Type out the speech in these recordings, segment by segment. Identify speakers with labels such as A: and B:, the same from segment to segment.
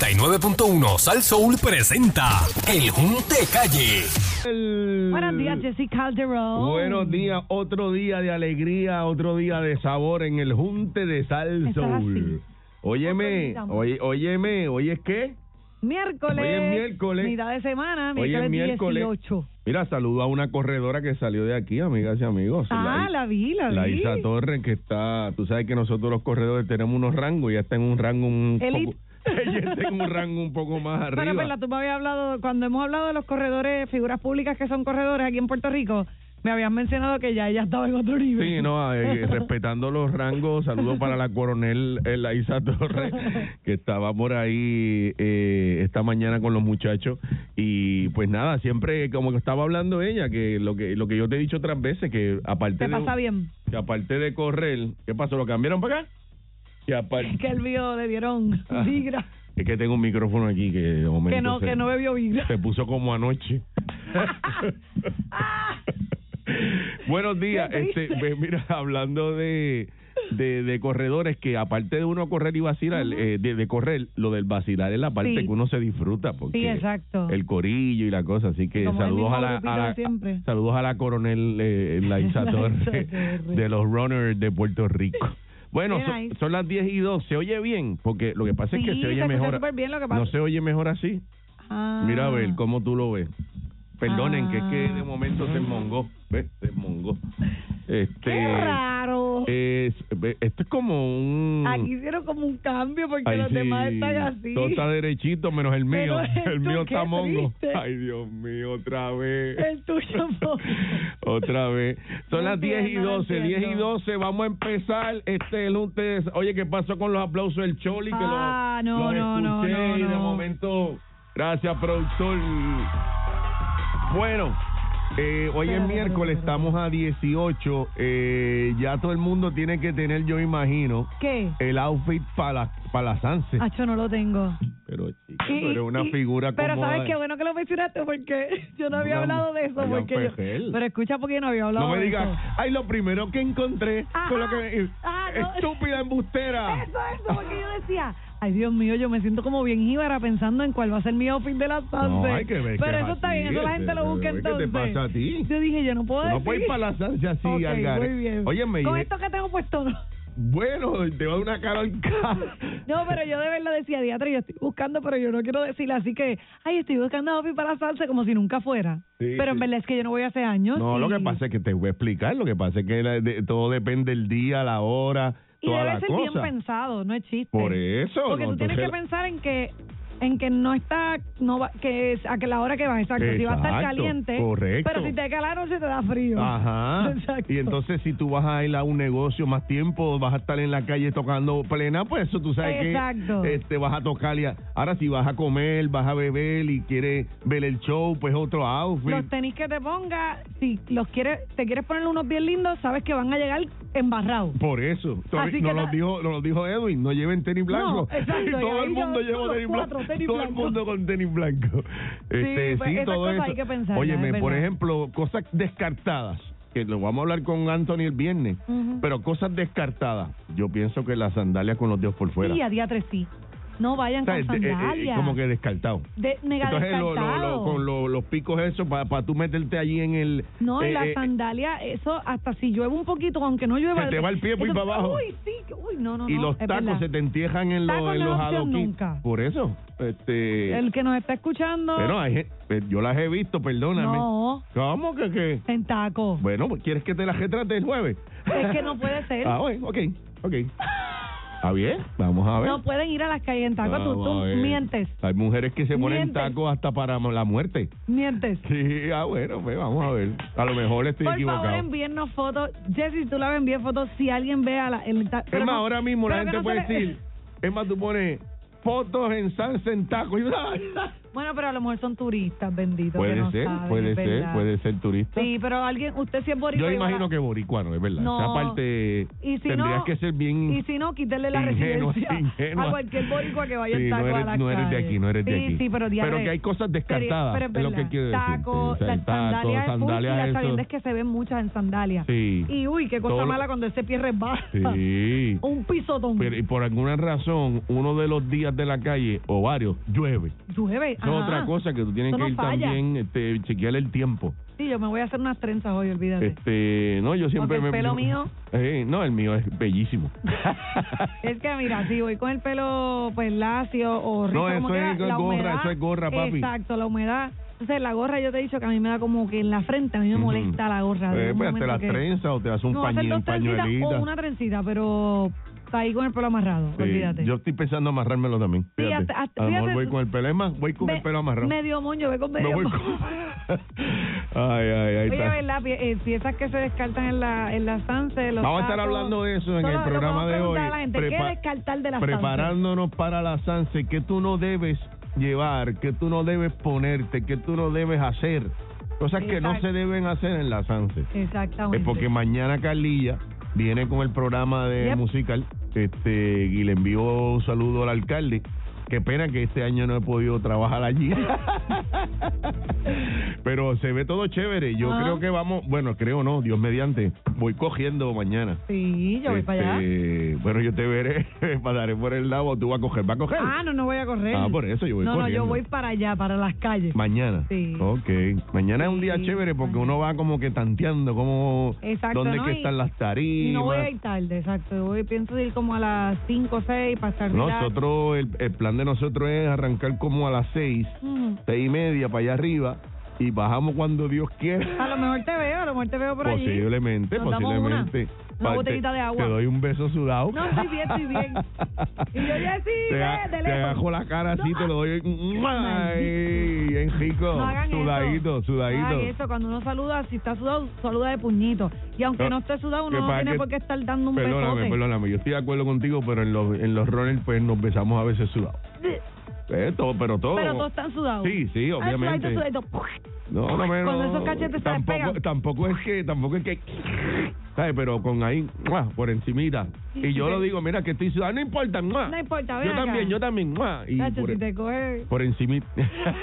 A: 99.1 Sal Soul presenta El Junte Calle.
B: El-
C: Buenos días, Jessy Calderón.
B: Mm. Buenos días, otro día de alegría, otro día de sabor en el Junte de Sal
C: Estás
B: Soul.
C: así.
B: Óyeme,
C: Otro día.
B: oye, óyeme, hoy es qué?
C: Miércoles.
B: Hoy es miércoles.
C: Mitad de semana,
B: Hoy
C: miércoles,
B: es miércoles.
C: 18.
B: Mira, saludo a una corredora que salió de aquí, amigas y amigos.
C: Ah, la vi, la
B: la
C: vi.
B: Isa Torres, que está, tú sabes que nosotros los corredores tenemos unos rangos, y ella está en un rango un
C: Elite.
B: poco, ella está en un rango un poco más arriba.
C: Bueno, pues Perla, tú me habías hablado, cuando hemos hablado de los corredores, figuras públicas que son corredores aquí en Puerto Rico, me habías mencionado que ya ella estaba en otro nivel.
B: Sí, no, eh, respetando los rangos, saludos para la coronel eh, Laisa Torres, que estaba por ahí eh, esta mañana con los muchachos. Y pues nada, siempre, como que estaba hablando ella, que lo que lo que yo te he dicho otras veces, que aparte
C: Te pasa
B: de
C: bien.
B: que aparte de correr, ¿qué pasó? ¿Lo cambiaron para acá? Que aparte...
C: Es que el vio le dieron
B: Ah,
C: vigra.
B: Es que tengo un micrófono aquí que de momento
C: Que no,
B: se-
C: que no bebió vigra.
B: se puso como anoche. Buenos días.
C: Ah. Qué
B: Este,
C: triste.
B: ve, mira, hablando de, de, de corredores, que aparte de uno correr y vacilar, eh, de, de correr, lo del vacilar es la parte
C: Sí.
B: que uno se disfruta. Porque
C: Sí, exacto.
B: El corillo y la cosa. Así que
C: Como es el
B: saludos
C: mismo
B: a la,
C: grupito
B: a la-
C: de siempre.
B: saludos a la coronel eh, Laisa
C: Laisa
B: Torres
C: Torres.
B: de los runners de Puerto Rico. Bueno,
C: Bien
B: son-
C: ahí.
B: son las 10 y 2. ¿Se oye bien? Porque lo que pasa es que
C: Sí,
B: se
C: se
B: oye
C: escucha
B: mejor.
C: superbién, lo que
B: No
C: pasa-
B: se oye mejor así.
C: Ah.
B: Mira, a ver, ¿cómo tú lo ves? Perdonen, que es que
C: Ah.
B: de momento se mongó. ¿Ves? Se mongó. Este,
C: Qué raro.
B: es- ve, esto es como un...
C: Aquí hicieron como un cambio porque
B: Ay,
C: los
B: sí,
C: demás están así.
B: Todo está derechito menos el mío.
C: Pero
B: el
C: esto,
B: mío
C: qué
B: está mongo.
C: triste.
B: Ay, Dios mío, otra vez.
C: El tuyo, po.
B: Otra vez. Son
C: No
B: las 10 y
C: entiendo, no
B: 12, 10 y
C: entiendo.
B: 12. Vamos a empezar este lunes. Oye, ¿qué pasó con los aplausos del Choli? Que
C: Ah,
B: lo,
C: no,
B: los
C: no, no,
B: escuché
C: no,
B: y de
C: no.
B: momento. Gracias, productor. Bueno, eh, hoy es
C: Espérate,
B: miércoles,
C: espérate, espérate.
B: estamos a 18. Eh, ya todo el mundo tiene que tener, yo imagino,
C: ¿Qué?
B: el outfit para la, pa' la Sanse.
C: Acho, no lo tengo.
B: Pero, chico,
C: Y-
B: tú eres una
C: y-
B: figura
C: Pero
B: como-
C: sabes qué bueno que lo mencionaste porque yo no había
B: Una
C: hablado de eso.
B: Marian
C: Porque yo-
B: Fejel.
C: pero escucha porque yo no había hablado
B: No me
C: de
B: digas,
C: eso.
B: ay, lo primero que encontré con lo que...
C: Ajá. Ah, no.
B: Estúpida embustera.
C: Eso, eso, porque yo decía, ay Dios mío, yo me siento como bien jíbara pensando en cuál va a ser mi outfit de la tarde.
B: No, hay que ver qué
C: Pero eso
B: es
C: está
B: así,
C: bien, eso la gente lo
B: pero
C: busca
B: ¿qué te
C: entonces.
B: pasa a ti?
C: Yo dije, yo no puedo
B: Tú no
C: decir.
B: puedes ir para la salsa así,
C: Ok,
B: Algar.
C: muy bien.
B: Óyeme,
C: Con
B: y-
C: esto que tengo puesto no.
B: Bueno, te va a dar una cara al cara.
C: No, pero yo de verdad decía, diatra, yo estoy buscando, pero yo no quiero decirle así que, ay, estoy buscando outfit para la salsa como si nunca fuera.
B: Sí,
C: pero en
B: sí.
C: verdad es que yo no voy hace años.
B: No, lo que pasa es que te voy a explicar. Lo que pasa es que la- de- todo depende del día, la hora,
C: Y
B: toda
C: debe
B: la
C: ser bien
B: cosa.
C: pensado, no es chiste.
B: Por eso,
C: Porque
B: no,
C: tú tienes
B: entonces-
C: que pensar en que en que no está no va, que es a que la hora que va, exacto, si va a estar
B: Exacto,
C: caliente.
B: correcto.
C: Pero si te calaron se te da frío.
B: Ajá.
C: Exacto.
B: Y entonces si tú vas a ir a un negocio más tiempo, vas a estar en la calle tocando plena, pues eso tú sabes
C: Exacto.
B: que este vas a tocar y a- ahora si vas a comer, vas a beber y quieres ver el show, pues otro outfit.
C: los tenis que te ponga, si los quieres, te quieres poner unos bien lindos, sabes que van a llegar embarrados.
B: Por eso.
C: Así
B: no
C: que
B: lo
C: no-
B: dijo, no lo dijo Edwin, no lleven tenis blanco.
C: No, exacto,
B: Y
C: y
B: todo
C: ahí
B: el mundo
C: ya
B: lleva
C: los
B: tenis
C: cuatro
B: blanco.
C: tenis
B: todo el
C: blancos.
B: mundo con tenis blanco. Este, sí,
C: pues, esas
B: todo
C: cosas
B: eso.
C: hay que pensarlas,
B: Óyeme,
C: es
B: por
C: verdad.
B: ejemplo, cosas descartadas, que lo vamos a hablar con Anthony el viernes,
C: Ujú.
B: pero cosas descartadas. Yo pienso que las sandalias con los dedos por fuera.
C: Sí, a día tres sí. No vayan
B: O sea,
C: con
B: es de- eh, eh,
C: sandalias.
B: como que descartado.
C: De- mega
B: Entonces, lo- lo- lo-
C: descartado.
B: con lo- los picos, eso, para tú meterte allí en el.
C: No,
B: eh,
C: y la
B: eh,
C: sandalia, eso hasta si llueve un poquito, aunque no llueva.
B: Se te va el pie por ahí
C: eso-
B: para abajo.
C: Uy, sí, que- uy, no, no,
B: y
C: no,
B: los
C: es
B: tacos
C: verdad.
B: se te entierran en, los-
C: Tacos
B: en
C: no
B: los
C: es opción
B: adoquines.
C: nunca.
B: Por eso, este.
C: El que nos está escuchando
B: Bueno, hay gen- eh, yo las he visto, perdóname.
C: No.
B: ¿Cómo que qué?
C: en taco.
B: Bueno, pues, ¿quieres que te las retrate el jueves?
C: Es que no puede ser.
B: ah, bueno, ok, ok. Está bien, vamos a ver.
C: No pueden ir a las calles en taco. tú
B: Vamos
C: tú
B: a ver.
C: mientes,
B: Hay mujeres que se ponen
C: Mientes.
B: tacos hasta para la muerte.
C: mientes.
B: Sí, ah, bueno, pues vamos a ver. A lo mejor estoy
C: Por
B: equivocado.
C: favor, envíennos fotos. Jessy, tú la vas a enviar fotos si alguien ve a la. El ta- pero
B: es más,
C: no-
B: ahora mismo la
C: pero
B: gente
C: que no
B: puede
C: se le-
B: decir, es más, tú pones fotos en salsa en tacos. Y,
C: Bueno, pero a lo mejor son turistas, bendito.
B: Puede
C: que no
B: ser,
C: saben,
B: puede
C: es
B: ser,
C: verdad.
B: puede ser turista.
C: Sí, pero alguien, usted si es boricua.
B: Yo
C: y va-
B: imagino que boricuano, es verdad.
C: No.
B: Esa parte
C: Y si
B: tendrías
C: no-
B: que ser bien
C: Y si no, quítele la
B: ingenua,
C: residencia
B: ingenua.
C: a cualquier boricua que vaya
B: Sí,
C: en taco
B: no eres,
C: a la
B: no eres de
C: calle.
B: aquí, no eres de
C: sí,
B: aquí.
C: Sí, pero diarre.
B: que hay cosas descartadas,
C: Pero, pero
B: es lo
C: verdad.
B: que quiero decir.
C: Taco,
B: Sí, o sea,
C: las
B: el taco,
C: sandalias, de full,
B: sandalias,
C: y las
B: eso.
C: sabiendas que se ven muchas en sandalias.
B: Sí.
C: Y uy, qué cosa
B: Todo lo-
C: mala cuando ese pie resbala.
B: Sí.
C: Un pisotón.
B: Pero y por alguna razón, uno de los días de la calle o varios, llueve.
C: Llueve.
B: Eso es
C: ajá.
B: otra cosa que tú tienes
C: Eso
B: que
C: no
B: ir
C: falla.
B: también este, chequear el tiempo.
C: Sí, yo me voy a hacer unas trenzas hoy, olvídate.
B: Este, no, yo siempre
C: Porque el
B: me-
C: pelo mío-
B: Eh, no, el mío es bellísimo.
C: Es que mira, si voy con el pelo pues lacio o rico,
B: No, eso
C: como
B: es
C: quiera, la
B: gorra,
C: humedad-
B: eso es gorra, papi.
C: Exacto, la humedad. Entonces la gorra yo te he dicho que a mí me da como que en la frente, a mí me molesta la gorra. de
B: Eh,
C: un
B: pues, te
C: momento
B: la
C: que-
B: trenza o te hace un
C: no, hacer
B: pañi-
C: dos trencitas
B: pañuelito.
C: o una trencita, pero está ahí con el pelo amarrado,
B: Sí,
C: olvídate.
B: Yo estoy pensando amarrármelo también.
C: Sí,
B: fíjate.
C: hasta- hasta-
B: a lo mejor
C: fíjate,
B: voy con el pelo, es más, voy con
C: Ve-
B: el pelo amarrado.
C: Medio moño, ve con medio
B: Me voy
C: moño.
B: con- ay, ay, ay.
C: Oye,
B: está.
C: ¿verdad? Pie- eh, piezas que se descartan en la, en la Sanse, los
B: Vamos a estar
C: tacos.
B: hablando de eso en
C: Todo
B: el
C: lo que
B: programa
C: vamos a
B: de hoy.
C: preguntar a la gente, ¿qué
B: Prepa-
C: descartar de la Sanse?
B: Preparándonos para la Sanse, que tú no debes llevar, que tú no debes ponerte, que tú no debes hacer. Cosas que no
C: Exacto.
B: se deben hacer en la Sanse.
C: Exactamente.
B: Es Pues, porque mañana Carlilla viene con el programa de
C: Yep.
B: musical este y le envió un saludo al alcalde. Qué pena que este año no he podido trabajar allí. Pero se ve todo chévere. Yo
C: Ajá.
B: creo que vamos, bueno, creo no, Dios mediante, voy cogiendo mañana.
C: Sí, yo voy para allá.
B: Este, Bueno, yo te veré, pasaré por el lado, tú vas a coger, vas a coger.
C: Ah, no, no voy a correr.
B: Ah, por eso yo voy
C: No,
B: corriendo.
C: no, yo voy para allá, para las calles.
B: Mañana.
C: Sí.
B: Ok. Mañana es un día
C: Sí,
B: chévere porque
C: mañana.
B: uno va como que tanteando como
C: Exacto,
B: dónde
C: ¿no?
B: que
C: Y-
B: están las
C: Y
B: tarimas.
C: no voy a ir tarde, exacto. Yo Voy, pienso ir como a las 5 o 6 para estar relax.
B: Nosotros, el, el plan de nosotros es arrancar como a las seis,
C: Mm.
B: seis y media para allá arriba y bajamos cuando Dios quiera.
C: A lo mejor te veo, a lo mejor te veo por allí.
B: posiblemente,
C: Nos damos
B: posiblemente.
C: Una,
B: Pa-
C: una
B: te-
C: botellita de agua.
B: Te doy un beso sudado.
C: No, estoy bien, estoy bien. Y yo, Jessy,
B: te,
C: ve,
B: a- te
C: teléfono.
B: agarro la cara así,
C: No.
B: te lo doy. ¡Ay!
C: Maldito.
B: Bien rico.
C: No hagan
B: sudadito,
C: eso.
B: sudadito.
C: No hagan eso. Cuando uno saluda, si está sudado, saluda de puñito. Y aunque
B: No,
C: no, esté sudado,
B: que
C: uno no
B: pasa
C: tiene
B: que-
C: por qué estar dando un
B: Perdóname,
C: besote.
B: perdóname. Yo estoy de acuerdo contigo, pero en los, en los rollers, pues nos besamos a veces sudados. Eh, todo, pero todo.
C: Pero todos están sudados.
B: Sí, sí,
C: Ah,
B: obviamente.
C: sudadito, sudadito.
B: No, no, no.
C: Cuando
B: no,
C: esos cachetes se
B: tampoco,
C: despegan.
B: tampoco es que, tampoco es que, ¿sabes? Pero con ahí, ¡mua! por encimita. Y yo lo digo, mira que estoy sudado, no importa, ¡mua!
C: No importa, ven
B: Yo
C: acá.
B: también, yo también, ¡mua! Y
C: Nacho,
B: por, e-
C: si te coge,
B: por encimita.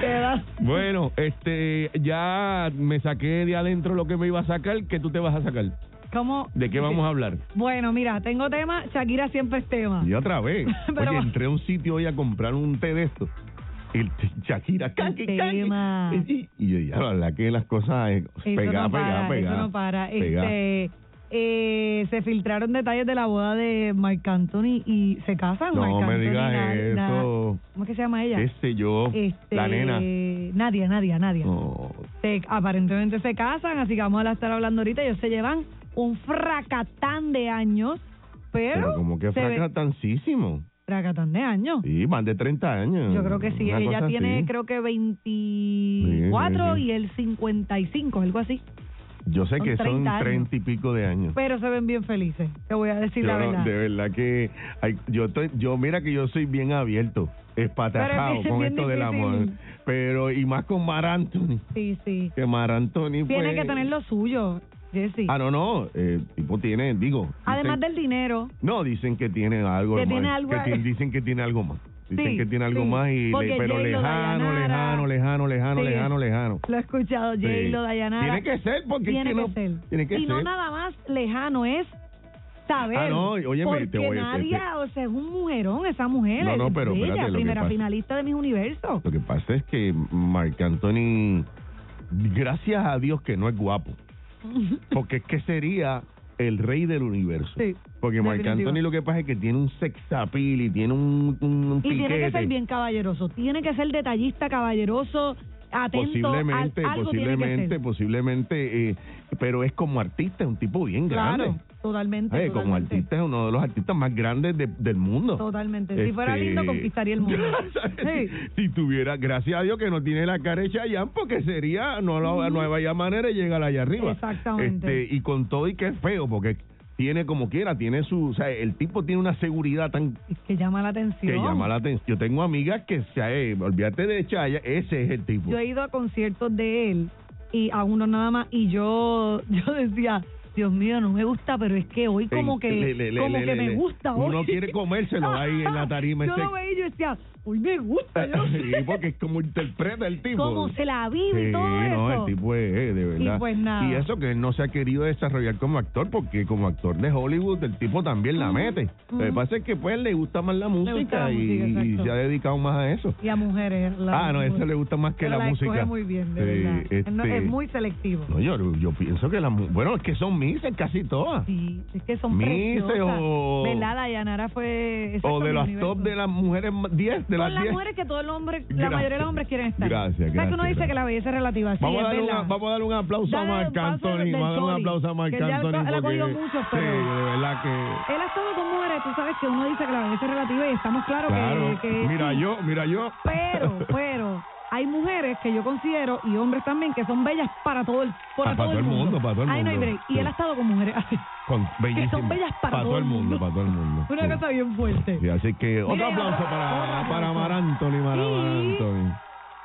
C: te da.
B: bueno, este, ya me saqué de adentro lo que me iba a sacar, que tú te vas a sacar.
C: ¿Cómo?
B: ¿De qué vamos a hablar?
C: Bueno, mira, tengo tema. Shakira siempre es tema.
B: Y otra vez.
C: Ah. Pero-
B: Oye, entré a un sitio hoy a comprar un té de esto. El té- Shakira, canqui, canqui.
C: tema.
B: Y y yo, ya, la verdad que las cosas eh,
C: Eso
B: pegá,
C: no para,
B: pegá, pegá,
C: Eso no para.
B: pegá.
C: Este, eh, se filtraron detalles de la boda de Marc Anthony y se casan.
B: No
C: Marc
B: me
C: Anthony y
B: digas
C: Na- Na-
B: eso.
C: ¿Cómo es que se llama ella?
B: ¿Qué sé yo?
C: Este,
B: La nena.
C: Nadia, Nadia, Nadia.
B: No.
C: Se- aparentemente se casan, así que vamos a estar hablando ahorita. Ellos se llevan un fracatán de años, pero.
B: Pero como que
C: se ve-
B: fracatancísimo.
C: Fracatán de años.
B: Sí, más de 30 años.
C: Yo creo que sí.
B: Una
C: Ella
B: cosa
C: tiene,
B: así.
C: creo que 24
B: Sí, sí, sí.
C: y él 55, algo así.
B: Yo sé
C: son
B: que
C: 30
B: son
C: años.
B: 30 y pico de años.
C: Pero se ven bien felices, te voy a decir
B: Yo
C: la
B: no-
C: verdad.
B: de verdad que hay- yo estoy, yo mira que yo soy bien abierto,
C: Pero
B: espatajado
C: es bien-
B: con
C: bien
B: esto del
C: difícil.
B: amor. Pero y más con Mar Anthony,
C: Sí, sí.
B: que Mar Anthony
C: Tiene
B: pues-
C: que tener lo suyo, Jesse.
B: Ah, no, no, eh, tipo tiene, digo.
C: Además
B: dicen-
C: del dinero.
B: No, dicen que tiene algo
C: Que
B: más.
C: tiene algo-
B: que ti- dicen que tiene algo más. Dicen
C: Sí,
B: que tiene algo
C: sí.
B: más y
C: Porque
B: le- pero
C: J-Lo,
B: lejano,
C: Dayanara.
B: lejano, lejano, lejano,
C: Sí.
B: lejano, lejano.
C: Lo he escuchado,
B: Sí.
C: J-Lo, Dayanara.
B: Tiene que ser, porque es
C: Tiene
B: que
C: que
B: no-
C: ser.
B: tiene que
C: y no
B: ser.
C: nada más lejano es saber.
B: Ah, no, y óyeme,
C: porque
B: te voy a-
C: Nadia,
B: te-
C: o sea, es un mujerón esa mujer.
B: No, no,
C: es
B: pero
C: bella,
B: espérate, lo que
C: primera
B: pasa-
C: finalista de mis universos.
B: Lo que pasa es que Marc Anthony, gracias a Dios que no es guapo, porque es que sería el rey del universo.
C: Sí,
B: Porque Marc
C: definitivo.
B: Anthony lo que pasa es que tiene un sex appeal y tiene un, un, un
C: Y tiene que ser
B: piquete.
C: bien caballeroso. Tiene que ser detallista, caballeroso, atento.
B: posiblemente,
C: al- algo tiene que
B: posiblemente,
C: ser.
B: posiblemente, eh, pero es como artista, es un tipo bien grande.
C: Claro, totalmente.
B: Oye, como
C: totalmente.
B: artista es uno de los artistas más grandes de- del mundo.
C: Totalmente. Si fuera
B: Este,
C: lindo, conquistaría el mundo.
B: si,
C: Sí.
B: si tuviera, gracias a Dios que no tiene la cara hecha allá, porque sería, no, la- no había manera de llegar allá arriba.
C: Exactamente.
B: Este, y con todo y que es feo, porque tiene como quiera, tiene su, o sea, el tipo tiene una seguridad tan
C: Es que llama la atención.
B: que llama la atención. Yo tengo amigas que, o sea, eh, olvídate de Chaya, ese es el tipo.
C: Yo he ido a conciertos de él y a uno nada más y yo yo decía, Dios mío, no me gusta, pero es que hoy como
B: En-
C: que
B: le- le- le-
C: como
B: le-
C: que
B: le-
C: me
B: le-
C: gusta hoy.
B: Uno quiere comérselo ahí en la tarima
C: Yo
B: ese-
C: lo veía y yo decía, hoy me gusta. yo no sé
B: Sí, porque es como interpreta el tipo.
C: cómo se la vive y
B: Sí,
C: todo
B: no,
C: eso.
B: el tipo es, eh, de verdad.
C: Y pues nada.
B: Y eso que él no se ha querido desarrollar como actor, porque como actor de Hollywood, el tipo también la
C: Ujú,
B: mete. Lo que
C: ujú.
B: pasa es que pues le gusta más la
C: gusta
B: música,
C: la
B: y,
C: música,
B: y
C: exacto.
B: se ha dedicado más a eso.
C: Y a mujeres. la-
B: ah, no, eso le gusta más que
C: pero
B: la, música.
C: escoge muy bien, de
B: Sí,
C: verdad. Él no-
B: este,
C: es muy selectivo.
B: no, yo, yo pienso que la mu- Bueno, es que son misas casi todas.
C: Sí, es que son
B: Mises
C: preciosas.
B: o-
C: ¿Verdad? Dayanara fue... exacto,
B: o de
C: mi
B: las
C: universo.
B: top de las mujeres ma- 10, de
C: Son
B: las
C: las
B: 10.
C: mujeres que todo el hombre, la
B: Gracias.
C: mayoría de los hombres quieren estar.
B: Gracias,
C: O sea, que uno
B: gracias,
C: dice
B: gracias.
C: que la belleza es relativa. Sí,
B: Vamos a,
C: es
B: darle una-
C: verdad.
B: vamos a darle un aplauso a
C: Dale
B: Marc
C: un aplauso
B: Anthony.
C: del
B: Vamos a darle un
C: Tony,
B: aplauso a Marc
C: que ya
B: Anthony.
C: él ha
B: porque-
C: cogido muchos, pero-
B: Sí, de verdad que.
C: Él ha estado con mujeres, tú sabes que uno dice que la belleza es relativa y estamos claros que-
B: Claro.
C: que...
B: mira yo, mira yo.
C: Pero, pero, hay mujeres que yo considero, y hombres también, que son bellas para todo el, para todo el mundo.
B: para todo el
C: Ay, no hay
B: mundo.
C: break. Y él
B: Sí.
C: ha estado con mujeres así.
B: Con-
C: Que
B: bellísimo.
C: son bellas para,
B: todo el mundo. Para todo el mundo.
C: Una
B: Sí.
C: cosa bien fuerte.
B: Sí, así que otro
C: Mira,
B: aplauso
C: otro-
B: para,
C: otro
B: para
C: aplauso.
B: Mar Anthony, Mar
C: Y-
B: Anthony.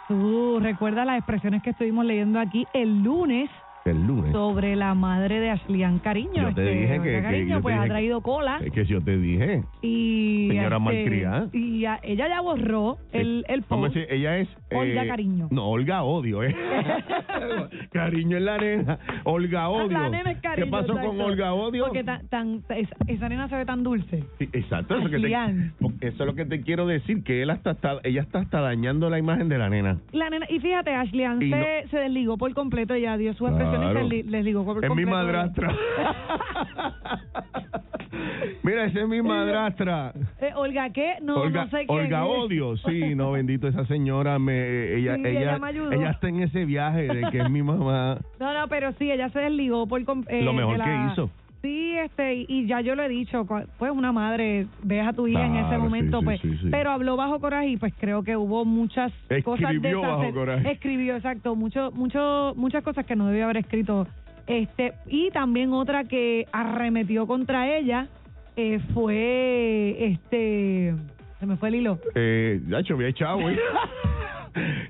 C: Tú recuerdas las expresiones que estuvimos leyendo aquí el lunes
B: El lunes.
C: sobre la madre de Ashley Cariño.
B: Yo te
C: este,
B: dije que-
C: Olga
B: que- yo
C: Cariño
B: te
C: pues
B: dije
C: ha
B: que-
C: traído cola
B: Es que yo te dije.
C: y
B: Señora
C: este,
B: malcriada.
C: Y a- ella ya borró el, el
B: ¿Cómo
C: post.
B: se- ella es. eh,
C: Olga Cariño.
B: No, Olga Odio, ¿eh? cariño en la arena. Olga
C: Ah,
B: Odio.
C: la nena es Cariño,
B: ¿Qué pasó con
C: exacto.
B: Olga Odio?
C: Porque tan, tan- esa, esa nena se ve tan dulce.
B: Sí, exacto, eso, que te,
C: Adrián.
B: eso es lo que te quiero decir, que él hasta está, ella está hasta dañando la imagen de la nena.
C: La nena, y fíjate, Ashley Ann
B: Y
C: se,
B: no-
C: se desligó por completo, ella dio sus expresiones
B: Claro.
C: y se li- desligó por
B: Es
C: completo.
B: mi madrastra. Mira, esa es mi madrastra.
C: Eh, Olga, ¿qué? No,
B: Olga,
C: no sé qué.
B: Olga Odio, sí, no, bendito esa señora, me, ella,
C: Sí,
B: ella,
C: ella me ayudó.
B: ella está en ese viaje de que es mi mamá.
C: No, no, pero sí, ella se desligó por... com- eh,
B: Lo mejor
C: de la-
B: que hizo.
C: Sí, este, y- y ya yo lo he dicho, cua- pues una madre, ves a tu hija en ese
B: Claro, sí,
C: momento,
B: sí,
C: pues,
B: sí, sí.
C: pero habló bajo coraje y pues creo que hubo muchas cosas de
B: Escribió
C: esas-
B: bajo coraje.
C: Escribió, exacto, mucho, mucho, muchas cosas que no debió haber escrito. Este, y también otra que arremetió contra ella eh, fue, este, se me fue el hilo.
B: Eh, ya yo ve chavo, ¿eh?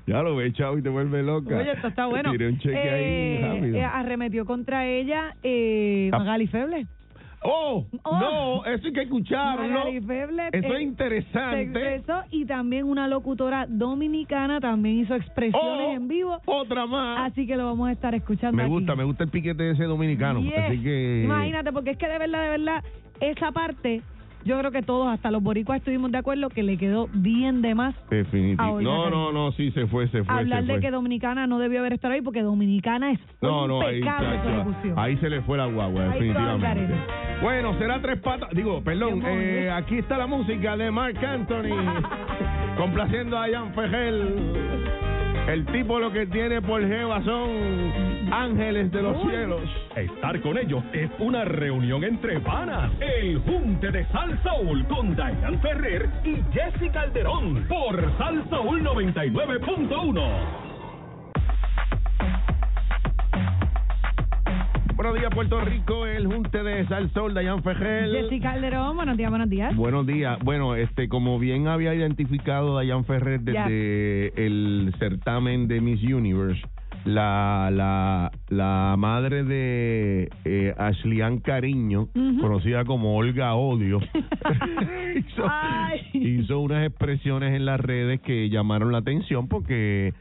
B: ya lo ve chavo y te vuelve loca.
C: Oye, esto está bueno.
B: Tiré un cheque
C: Eh,
B: ahí rápido.
C: eh, arremetió contra ella eh,
B: Ah.
C: Magali Feble.
B: Oh,
C: Oh.
B: no, eso hay que escucharlo.
C: Magali Feble,
B: Eso
C: eh,
B: es interesante.
C: Sexo y también una locutora dominicana también hizo expresiones
B: Oh,
C: en vivo.
B: Otra más.
C: Así que lo vamos a estar escuchando.
B: Me
C: aquí.
B: gusta, me gusta el piquete de ese dominicano.
C: Yes.
B: Así que.
C: Imagínate, porque es que de verdad, de verdad, esa parte, yo creo que todos, hasta los boricuas, estuvimos de acuerdo que le quedó bien de más A
B: Definitivo.
C: Olga
B: No,
C: Cariño.
B: no, no, sí, se fue, se fue.
C: hablar
B: se
C: de
B: fue.
C: que Dominicana no debió haber estado ahí, porque Dominicana es
B: No, no, ahí,
C: impecable su
B: chacho,
C: locución.
B: ahí se le fue la guagua,
C: Ahí está Olga
B: definitivamente.
C: Arena.
B: Bueno, será tres patas. Digo, perdón,
C: Qué
B: eh,
C: mono.
B: aquí está la música de Mark Anthony. complaciendo a Jan Fejel. El tipo lo que tiene por Jeva son ángeles de los
C: Uy.
B: cielos.
A: Estar con ellos es una reunión entre panas. El Junte de Sal Soul con Diane Ferrer y Jesse Calderón por Sal Soul 99.1.
B: Buenos días, Puerto Rico. El Junte de Sal Sol, Dayan Fejel.
C: Jessica Calderón, buenos días, buenos días.
B: Buenos días. Bueno, este, como bien había identificado Dayan Ferrer desde el certamen de Miss Universe, la, la, la madre de eh, Ashley Ann Cariño,
C: Ujú.
B: conocida como Olga Odio, hizo,
C: Ay.
B: hizo unas expresiones en las redes que llamaron la atención porque,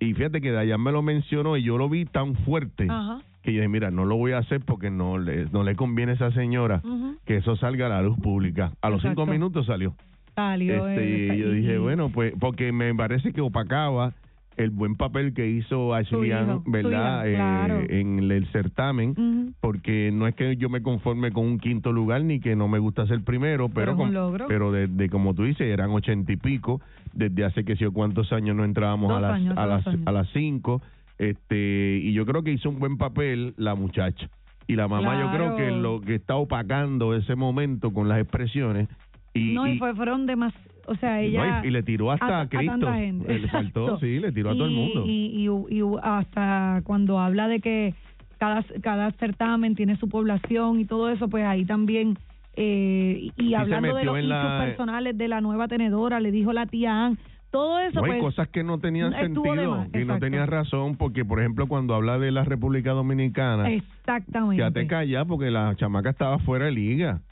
B: y fíjate que Dayan me lo mencionó y yo lo vi tan fuerte
C: Ajá.
B: que yo dije, mira, no lo voy a hacer porque no le, no le conviene a esa señora
C: Ujú.
B: que eso salga a la luz pública. A los
C: Exacto.
B: cinco minutos salió.
C: Salió
B: Este,
C: el-
B: y yo dije, bueno, pues, porque me parece que opacaba el buen papel que hizo Ashley
C: hijo,
B: Ann,
C: su
B: ¿verdad? Eh,
C: hija, claro.
B: en el, certamen.
C: Ujú.
B: Porque no es que yo me conforme con un quinto lugar ni que no me gusta ser primero,
C: Pero
B: pero
C: es un
B: com-
C: logro.
B: pero desde como tú dices eran ochenta y pico, desde hace que sé yo cuántos años no entrábamos a
C: Dos
B: las
C: años,
B: a
C: dos
B: las
C: años.
B: a las cinco, este y yo creo que hizo un buen papel la muchacha y la mamá yo creo
C: Claro.
B: que lo que está opacando ese momento con las expresiones y,
C: no, y
B: y-
C: fue, fueron de más. O sea,
B: y no,
C: ella.
B: y- y le tiró hasta a Cristo.
C: tanta gente.
B: Le saltó,
C: Exacto.
B: sí, le tiró a todo el
C: Y-
B: mundo.
C: Y, y- y hasta cuando habla de que cada, cada certamen tiene su población y todo eso, pues ahí también. Eh, y- y
B: Sí, se
C: hablando de
B: metió
C: los
B: en la- eh,
C: hechos personales de la nueva tenedora, le dijo la tía Ann, todo eso.
B: No, hay
C: pues,
B: cosas que no tenían
C: estuvo de
B: sentido
C: más,
B: y no
C: exacto.
B: tenías razón porque, por ejemplo, cuando habla de la República Dominicana,
C: Exactamente.
B: quédate callada porque la chamaca estaba fuera de liga.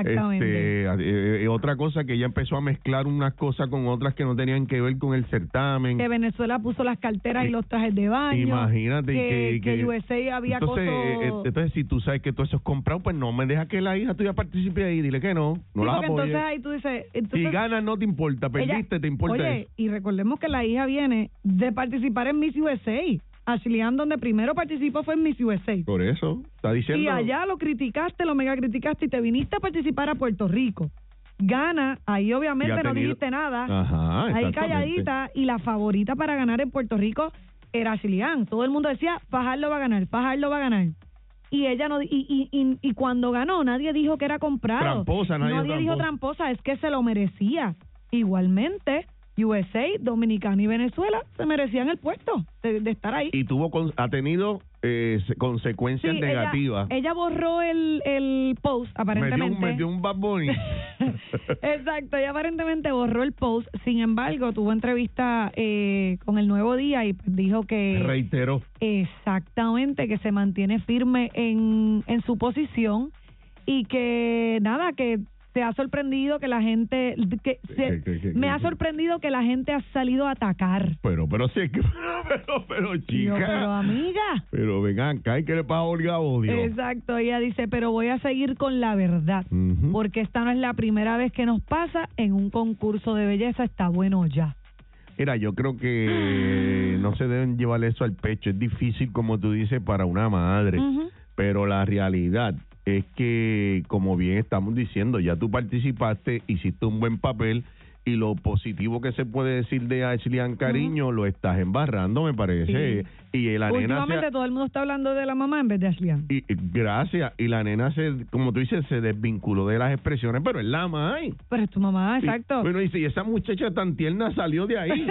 C: Exactamente.
B: Este, eh, eh, otra cosa que ella empezó a mezclar unas cosas con otras que no tenían que ver con el certamen.
C: que Venezuela puso las carteras y los trajes de baño.
B: Imagínate que,
C: que, que USA había
B: entonces, eh,
C: acoso-
B: entonces, si tú sabes que todo eso es comprado, pues no me deja que la hija tuya participe ahí. Dile que no, no
C: Sí,
B: la
C: porque entonces
B: apoyes.
C: ahí tú dices,
B: Si
C: entonces,
B: ganas, no te importa.
C: ella-
B: Perdiste, te importa
C: Oye,
B: eso.
C: y recordemos que la hija viene de participar en Miss USA. Ashley Ann, donde primero participó fue en Miss USA.
B: Por eso, está diciendo.
C: Y allá lo criticaste, lo mega criticaste y te viniste a participar a Puerto Rico. Gana, ahí
B: Y
C: obviamente
B: ha
C: no
B: tenido-
C: dijiste nada. ahí
B: Ajá, Ah, exactamente.
C: calladita y la favorita para ganar en Puerto Rico era Chilián. Todo el mundo decía, Fajardo va a ganar, Fajardo va a ganar. Y ella no di- y, y, y, y cuando ganó nadie dijo que era comprado.
B: Tramposa, nadie es
C: dijo tramposa, es que se lo merecía. Igualmente, USA, Dominicana y Venezuela se merecían el puesto de, de estar ahí.
B: Y tuvo con- ha tenido eh, se-
C: Sí,
B: consecuencias
C: ella-
B: negativas.
C: Ella, borró el, el post,
B: metió,
C: aparentemente.
B: un, metió un bad bunny.
C: Exacto, ella aparentemente borró el post. Sin embargo, tuvo entrevista eh, con El Nuevo Día y pues, dijo que.
B: Reiteró.
C: Exactamente, que se mantiene firme en, en su posición y que nada, que se ha sorprendido que la gente. Que se-
B: Que- que- que-
C: me
B: que-
C: ha sorprendido que la gente ha salido a atacar.
B: Pero, pero sí, es que- pero, pero,
C: Y yo,
B: chica.
C: pero amiga.
B: Pero vengan acá, ¿y qué le pasa a Olga Odio?
C: Exacto, ella dice, pero voy a seguir con la verdad,
B: Ujú.
C: porque esta no es la primera vez que nos pasa en un concurso de belleza, está bueno ya.
B: Mira, yo creo que
C: Ah.
B: no se deben llevar eso al pecho. Es difícil, como tú dices, para una madre.
C: Ujú.
B: Pero la realidad es que, como bien estamos diciendo, ya tú participaste, hiciste un buen papel y lo positivo que se puede decir de Ashley Ann Cariño lo estás embarrando, me parece.
C: Sí.
B: Y la nena se-
C: Últimamente todo el mundo está hablando de la mamá en vez de Ashley Ann.
B: y, y gracias. Y la nena, se, como tú dices, se desvinculó de las expresiones, pero es la madre.
C: Pero es tu mamá,
B: Y-
C: exacto.
B: bueno, dice, y esa muchacha tan tierna salió de ahí.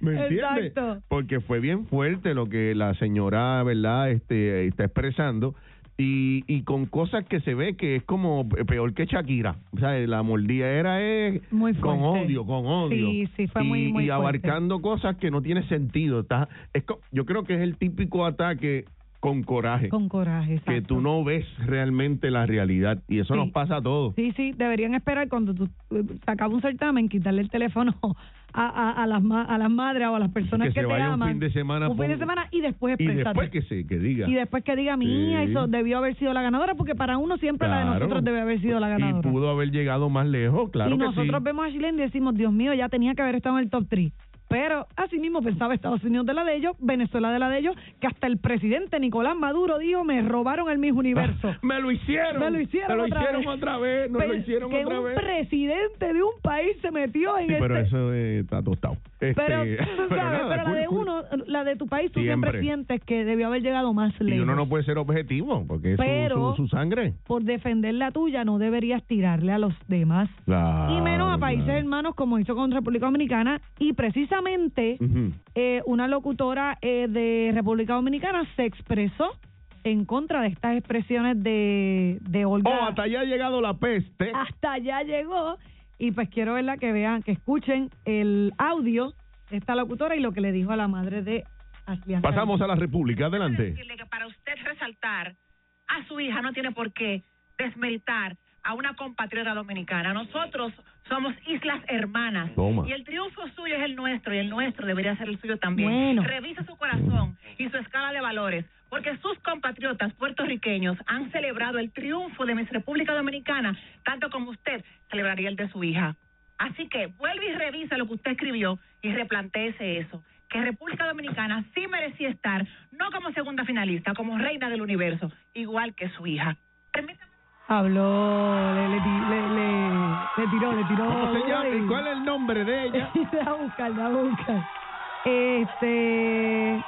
B: ¿Me entiendes?
C: Exacto.
B: Porque fue bien fuerte lo que la señora, ¿verdad?, este, está expresando. Y, y con cosas que se ve que es como peor que Shakira. O sea, la mordida era eh,
C: Muy
B: con
C: fuerte.
B: odio, con odio.
C: Sí, sí, fue
B: y,
C: muy, muy
B: Y
C: fuerte.
B: abarcando cosas que no tiene sentido. Está, es, co- yo creo que es el típico ataque con coraje.
C: Con coraje, exacto.
B: eh, que tú no ves realmente la realidad. Y eso
C: Sí.
B: nos pasa a todos.
C: Sí, sí, deberían esperar cuando tú eh, sacas un certamen, quitarle el teléfono a, a, a las, ma- a las madres o a las personas
B: Que
C: que,
B: se
C: te
B: vaya un
C: aman.
B: fin de semana,
C: Un fin de
B: pon-
C: semana y después
B: Y
C: expresarte.
B: después que se que diga.
C: Y después que diga, mía,
B: Sí.
C: eso debió haber sido la ganadora, porque para uno siempre la de
B: Claro.
C: nosotros debe haber sido la
B: Y
C: ganadora.
B: pudo haber llegado más lejos, claro
C: y
B: que
C: nosotros
B: sí.
C: vemos a Chile y decimos, Dios mío, ya tenía que haber estado en el top 3. Pero así mismo pensaba Estados Unidos de la de ellos, Venezuela de la de ellos, que hasta el presidente Nicolás Maduro dijo, me robaron el mismo universo.
B: Me lo hicieron.
C: Me lo hicieron,
B: Me lo
C: otra,
B: hicieron
C: vez.
B: otra vez. Nos lo
C: Pe-
B: hicieron
C: que
B: otra
C: un
B: vez.
C: presidente de un país se metió en
B: Sí, pero
C: este-
B: eso eh, está tostado. Este,
C: Pero, tú sabes, pero,
B: nada,
C: la
B: cool,
C: de
B: cool.
C: uno, la de tu país, tú siempre,
B: Siempre.
C: sientes que debió haber llegado más lejos.
B: Y uno no puede ser objetivo, porque es su-
C: Pero-
B: su, su sangre.
C: Por defender la tuya, no deberías tirarle a los demás.
B: Claro,
C: y menos a países
B: claro.
C: hermanos como hizo con República Dominicana y precisamente
B: Ujú.
C: eh, una locutora eh, de República Dominicana se expresó en contra de estas expresiones de, de Olga.
B: Oh, hasta allá ha llegado la peste.
C: Hasta allá llegó y pues quiero verla que vean, que escuchen el audio de esta locutora y lo que le dijo a la madre de Ashley Ann
B: Pasamos
C: Cariño.
B: a la República, adelante.
D: decirle que para usted resaltar a su hija no tiene por qué desmeritar a una compatriota dominicana. Nosotros somos islas hermanas.
B: Toma.
D: Y el triunfo suyo es el nuestro y el nuestro debería ser el suyo también.
C: Bueno.
D: Revisa su corazón y su escala de valores, porque sus compatriotas puertorriqueños han celebrado el triunfo de mi República Dominicana, tanto como usted celebraría el de su hija. Así que vuelve y revisa lo que usted escribió y replanteese eso. Que República Dominicana sí merecía estar, no como segunda finalista, como reina del universo, igual que su hija. Permítame-
C: Habló, le, le, ti- le, le, le tiró, le tiró.
B: ¿Cómo se llama? ¿Y cuál es el nombre de ella?
C: la buscar, la buscar. Este.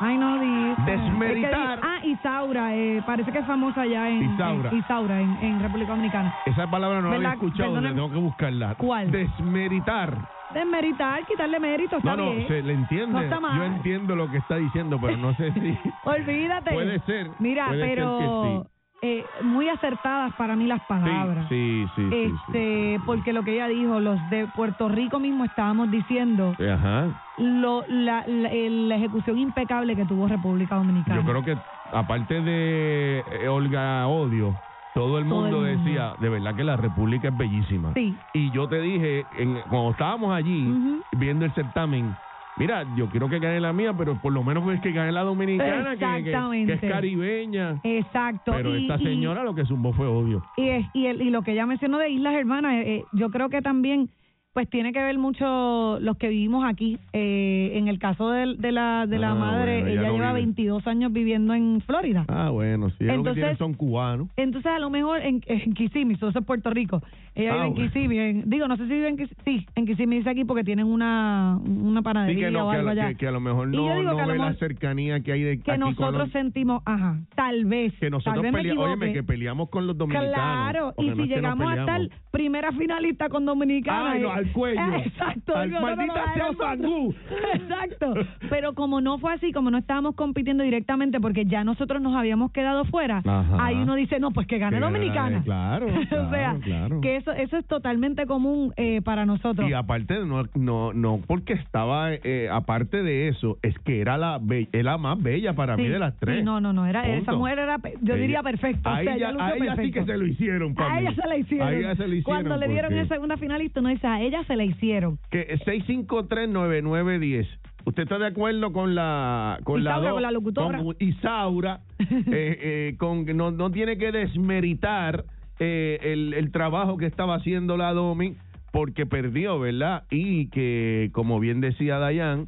C: Ay, no dice.
B: Desmeritar.
C: Es que di- ah, Isaura, eh, parece que es famosa ya en.
B: Isaura.
C: en- Isaura, en, en República Dominicana.
B: Esa palabra no la había
C: ¿Verdad?
B: escuchado,
C: Perdóname.
B: tengo que buscarla.
C: ¿Cuál?
B: Desmeritar.
C: Desmeritar, quitarle mérito, está
B: No, no,
C: bien.
B: se le entiende.
C: No está mal.
B: Yo entiendo lo que está diciendo, pero no sé si.
C: Olvídate.
B: Puede ser,
C: Mira,
B: puede ser
C: pero eh, muy acertadas para mí las palabras.
B: sí, sí, sí, sí,
C: este,
B: sí, sí.
C: porque lo que ella dijo, los de Puerto Rico mismo estábamos diciendo
B: Eh. Ajá.
C: lo, la, la- el- la ejecución impecable que tuvo República Dominicana.
B: Yo creo que, aparte de eh, Olga Odio, todo el
C: Todo el
B: mundo
C: mundo.
B: decía, de verdad que la República es bellísima.
C: Sí.
B: Y yo te dije, en- cuando estábamos allí
C: Ujú.
B: viendo el certamen, mira, yo quiero que gane la mía, pero por lo menos es que gane la dominicana, que- que, que
C: Exactamente.
B: es caribeña.
C: Exacto.
B: Pero
C: y,
B: esta
C: y-
B: señora lo que zumbó fue odio.
C: Y, es- y, el- y lo que ella mencionó de Islas Hermanas, eh, eh, yo creo que también pues tiene que ver mucho los que vivimos aquí. Eh, en el caso de, de la, de la
B: Ah,
C: madre,
B: bueno, ella
C: ella
B: no
C: lleva
B: vive.
C: 22 años viviendo en Florida.
B: Ah, bueno, sí, ellos lo que
C: Entonces-
B: tienen son cubanos.
C: Entonces, a lo mejor en, en Kissimmee, eso es Puerto Rico. Ella
B: Ah,
C: vive en
B: bueno.
C: Kissimmee. en- digo, no sé si vive en Kissimmee. Sí, en Kissimmee dice aquí porque tienen una, una
B: Sí,
C: panadería
B: que, no,
C: o
B: que, a
C: algo
B: lo,
C: allá.
B: que, que a lo mejor
C: Y yo
B: no,
C: digo
B: no
C: que a lo
B: ve la
C: mejor-
B: cercanía que hay de
C: que
B: aquí con
C: nosotros
B: los-
C: sentimos, ajá, tal vez.
B: que nosotros
C: tal vez me
B: pelea-
C: equivoque.
B: óyeme, que peleamos con los dominicanos.
C: Claro,
B: porque
C: y
B: no
C: si
B: es que nos
C: llegamos a estar
B: peleamos.
C: primera finalista con Dominicana.
B: Ay, no,
C: eh,
B: al cuello.
C: Exacto.
B: Al
C: algo no nos
B: maldita
C: va a dar
B: sea
C: a nosotros.
B: Fangú.
C: Exacto. Pero como no fue así, como no estábamos compitiendo directamente porque ya nosotros nos habíamos quedado fuera,
B: Ajá.
C: ahí uno dice, no, pues que gane
B: Que gane,
C: Dominicana.
B: claro,
C: o sea,
B: claro, claro.
C: que eso, eso es totalmente común eh, para nosotros.
B: Y aparte, no, no, no porque estaba, eh, aparte de eso, es que era la, be- era la más bella para
C: Sí,
B: mí de las tres.
C: sí, no, no, no, era- esa
B: Punto.
C: mujer era pe- yo diría perfecta, o
B: A
C: sea,
B: ella,
C: ella
B: a
C: lució
B: ella sí que
C: perfecto.
B: se lo hicieron para
C: a
B: mí.
C: ella se la hicieron.
B: A ella se la hicieron.
C: Cuando le dieron
B: porque-
C: el segunda finalista, no dice, a ella se la hicieron.
B: Que es 6539910. ¿Usted está de acuerdo con la con la,
C: Isaura,
B: do-
C: con la locutora?
B: con Isaura eh, eh, con que no no tiene que desmeritar eh, el, el trabajo que estaba haciendo la Domi porque perdió, ¿verdad? Y que como bien decía Dayan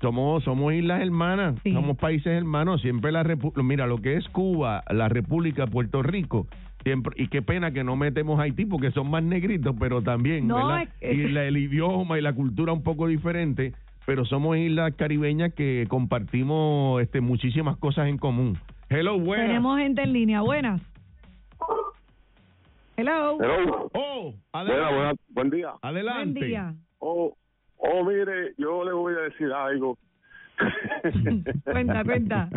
B: somos, somos islas hermanas,
C: Sí.
B: somos países hermanos, siempre la repu- mira lo que es Cuba, la República, Puerto Rico, siempre, y qué pena que no metemos Haití porque son más negritos, pero también,
C: No,
B: ¿verdad?
C: es que-
B: Y la- el idioma y la cultura un poco diferente, pero somos islas caribeñas que compartimos este muchísimas cosas en común. Hello, buenas.
C: Tenemos gente en línea. Buenas. Hello.
E: Hello.
B: Oh,
E: Buena,
B: adelante.
E: buena, buen día.
B: adelante.
C: Buen día.
E: Oh, oh, mire, yo le voy a decir algo.
C: Cuenta, cuenta.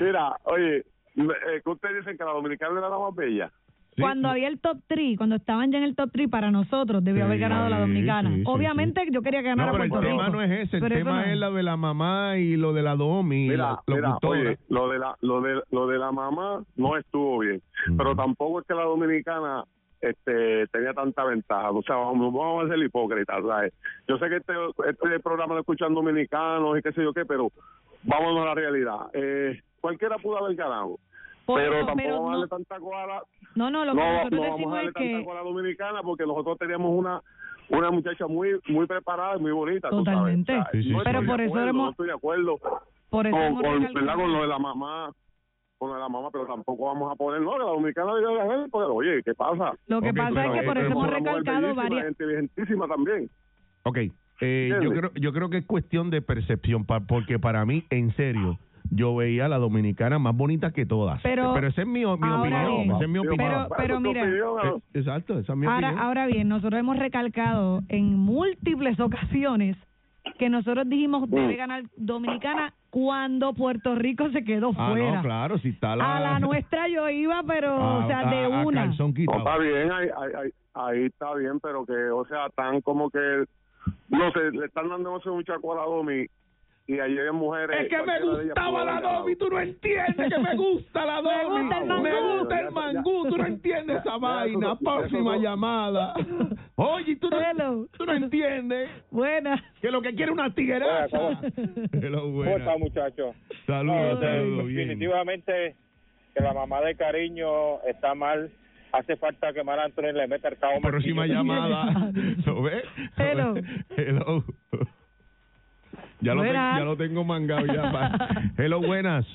E: Mira, oye, me- eh, que ustedes dicen que la dominicana era la más bella.
B: Sí.
C: Cuando había el top 3, cuando estaban ya en el top 3 para nosotros, debió
B: Sí,
C: haber ganado la dominicana.
B: sí, sí,
C: Obviamente yo quería ganar
B: No,
C: a
B: pero el
C: Puerto
B: tema
C: Rico.
B: no es ese, el
C: Pero eso
B: tema
C: no.
B: es lo de la mamá y lo de la Domi.
E: Mira,
B: la
E: mira,
B: locutora.
E: oye, lo de la, lo de, lo de la mamá no estuvo bien,
B: Ujú.
E: pero tampoco es que la dominicana este tenía tanta ventaja, o sea, vamos, vamos a ser hipócritas, ¿sabes? Yo sé que este, este programa lo escuchan dominicanos y qué sé yo qué, pero vámonos a la realidad. Eh, cualquiera pudo haber ganado.
C: Por
E: pero
C: eso,
E: tampoco
C: pero
E: vamos a
C: no,
E: darle tanta cola
C: no, no, lo
E: no,
C: que
E: no
C: nosotros
E: vamos a
C: decimos
E: darle
C: es que
E: tanta cola dominicana porque nosotros teníamos una una muchacha muy muy preparada y muy bonita tú sabes.
C: Totalmente.
B: Sí, sí, sí.
E: no estoy
B: Pero
E: de
C: por eso
E: acuerdo,
C: hemos-
E: no estoy de acuerdo
C: por eso
E: con,
C: hemos
E: con,
C: recalcado-
E: ¿verdad? con
B: eh.
E: lo de la mamá con lo de la mamá pero tampoco vamos a poner no que la dominicana debe ganar porque pues, oye qué pasa
C: Lo que
B: Ok,
C: pasa
B: pero
C: es que por
B: es-
C: eso
B: es
C: hemos
E: Una mujer
C: recalcado
E: bellísima,
C: varias...
E: inteligentísima también
B: Ok, eh, yo,
E: ¿Entiendes?
B: creo, yo creo que es cuestión de percepción, pa- porque para mí, en serio, yo veía a la dominicana más bonita que todas.
C: Pero-
B: esa es mi, o- mi
C: ahora
B: opinión,
C: bien.
B: esa es mi
E: Pero-
B: opinión.
C: Pero- pero
E: tu
C: mira,
E: opinión, a-
B: Eh, Exacto, esa es mi
C: Ahora,
B: opinión.
C: ahora bien, nosotros hemos recalcado en múltiples ocasiones que nosotros dijimos debe ganar Dominicana cuando Puerto Rico se quedó
B: ah,
C: fuera.
B: no, claro, si está la...
C: A la nuestra yo iba, pero,
B: a-
C: o sea, de
B: a- a
C: una.
B: calzón
E: No,
B: quitado.
E: está
C: eh,
E: bien, ahí, ahí, ahí, ahí está bien, pero que, o sea, tan como que, no sé, le están dando no sé, mucha cola a Domi y ahí hay mujeres. cualquiera de ellas pudo haber ganado.
B: no entiendes que me gusta la
C: Me gusta el mangú.
B: tú no entiendes esa
E: eso- eso-
B: llamada. Oye, tú
C: Hello.
B: tú no entiendes
C: Buena.
B: que lo que quiere es una
F: Hola,
B: Hello,
F: ¿Cómo
B: buena.
F: está, muchachos?
B: Saludos,
C: Hola.
B: saludos, bien.
F: Definitivamente que la mamá de cariño está mal. Hace falta que Mar Anthony le meta el cabo.
B: Próxima
F: martillo.
B: llamada. ¿Lo ves?
C: Hello.
B: Hello. Ya lo, tengo,
C: Buenas.
B: ya lo tengo mangado ya. pa. Hello, buenas.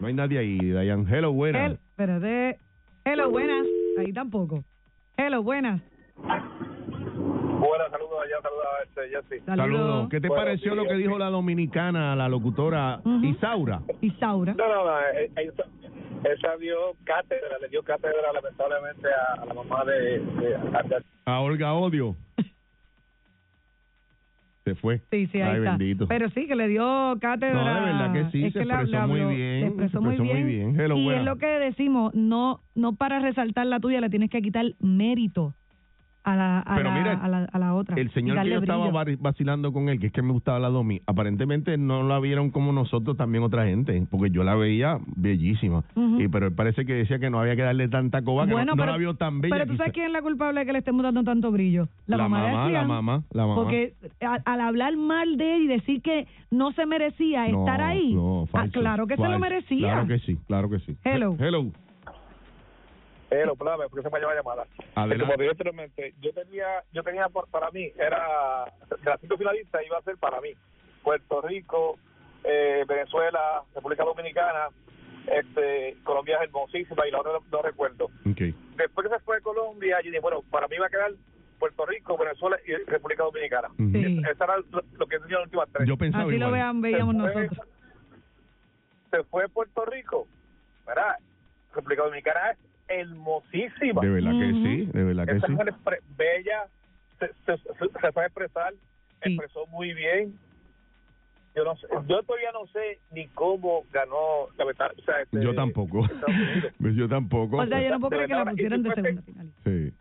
B: No hay nadie ahí, Dayan. Hello, buenas.
C: Hel- espérate. Hello, buenas. Ahí tampoco. Hello, buenas.
F: Buenas, saludos allá, saludos a este Jesse.
C: Saludos.
B: ¿Qué te
F: Buenos
B: pareció lo
F: días.
B: que dijo la dominicana, la locutora
C: Ujú.
B: Isaura?
C: Isaura.
F: No, no, no, eh, esa, esa dio cátedra, le dio cátedra lamentablemente a, a la mamá de, de- a- de-
B: A Olga Odio. Se fue.
C: Sí, sí, ahí
B: Ay,
C: está.
B: bendito.
C: Pero sí, que le dio cátedra.
B: No, de verdad que sí,
C: Es
B: se
C: le- le
B: expresó muy
C: habló- se
B: bien, se
C: expresó muy
B: expresó muy
C: bien.
B: bien. Hello,
C: y
B: buena.
C: es lo que decimos, no no para resaltar la tuya, le tienes que quitar mérito a la, a
B: Pero
C: la,
B: mira,
C: a la, a la otra.
B: El
C: y
B: señor que
C: darle
B: yo estaba
C: brillo.
B: vari- vacilando con él, que es que me gustaba la Domi, aparentemente no la vieron como nosotros también otra gente, porque yo la veía bellísima.
C: Ujú.
B: y, pero él parece que decía que no había que darle tanta coba, que no, no la vio tan bella.
C: Pero tú sabes
B: quizá.
C: quién es la culpable de que le estemos dando tanto brillo. La,
B: La
C: mamá, de
B: mamá, la
C: Adrián.
B: mamá, la mamá.
C: Porque a- al hablar mal de él y decir que no se merecía
B: No,
C: estar ahí,
B: no,
C: ah,
B: falso,
C: claro que se
B: falso.
C: lo merecía.
B: Claro que sí, claro que sí.
C: Hello.
B: He- Hello.
F: Pero, espérame, porque se me lleva llamada.
B: Adelante.
F: Como dije anteriormente, yo tenía, yo tenía por- para mí, era, de las cinco finalistas iba a ser para mí, Puerto Rico, eh, Venezuela, República Dominicana, este, Colombia es hermosísima y la otra no, no recuerdo.
B: Ok.
F: Después que se fue de Colombia, yo dije, bueno, para mí va a quedar Puerto Rico, Venezuela y República Dominicana.
B: Ujú.
C: Sí.
F: Esa era lo, lo que tenía las últimas tres.
B: Yo pensaba
C: Así lo
B: igual.
C: vean, veíamos
F: Se fue-
C: nosotros.
F: Se fue Puerto Rico, ¿verdad? República Dominicana es hermosísima.
B: De verdad que
C: Ujú.
B: sí, de verdad que
F: Esa
B: sí.
F: mujer es pre- bella, se, se, se- se sabe expresar,
C: Sí.
F: expresó muy bien. Yo no sé, yo todavía no sé ni cómo ganó la verdad. o sea, este,
B: Yo tampoco.
F: Estados Unidos.
B: yo tampoco.
C: O sea, yo no puedo
F: De
C: creer que la
F: verdad, y
C: pusieran
F: si
C: de
F: fuese-
C: segunda finalista.
B: Sí.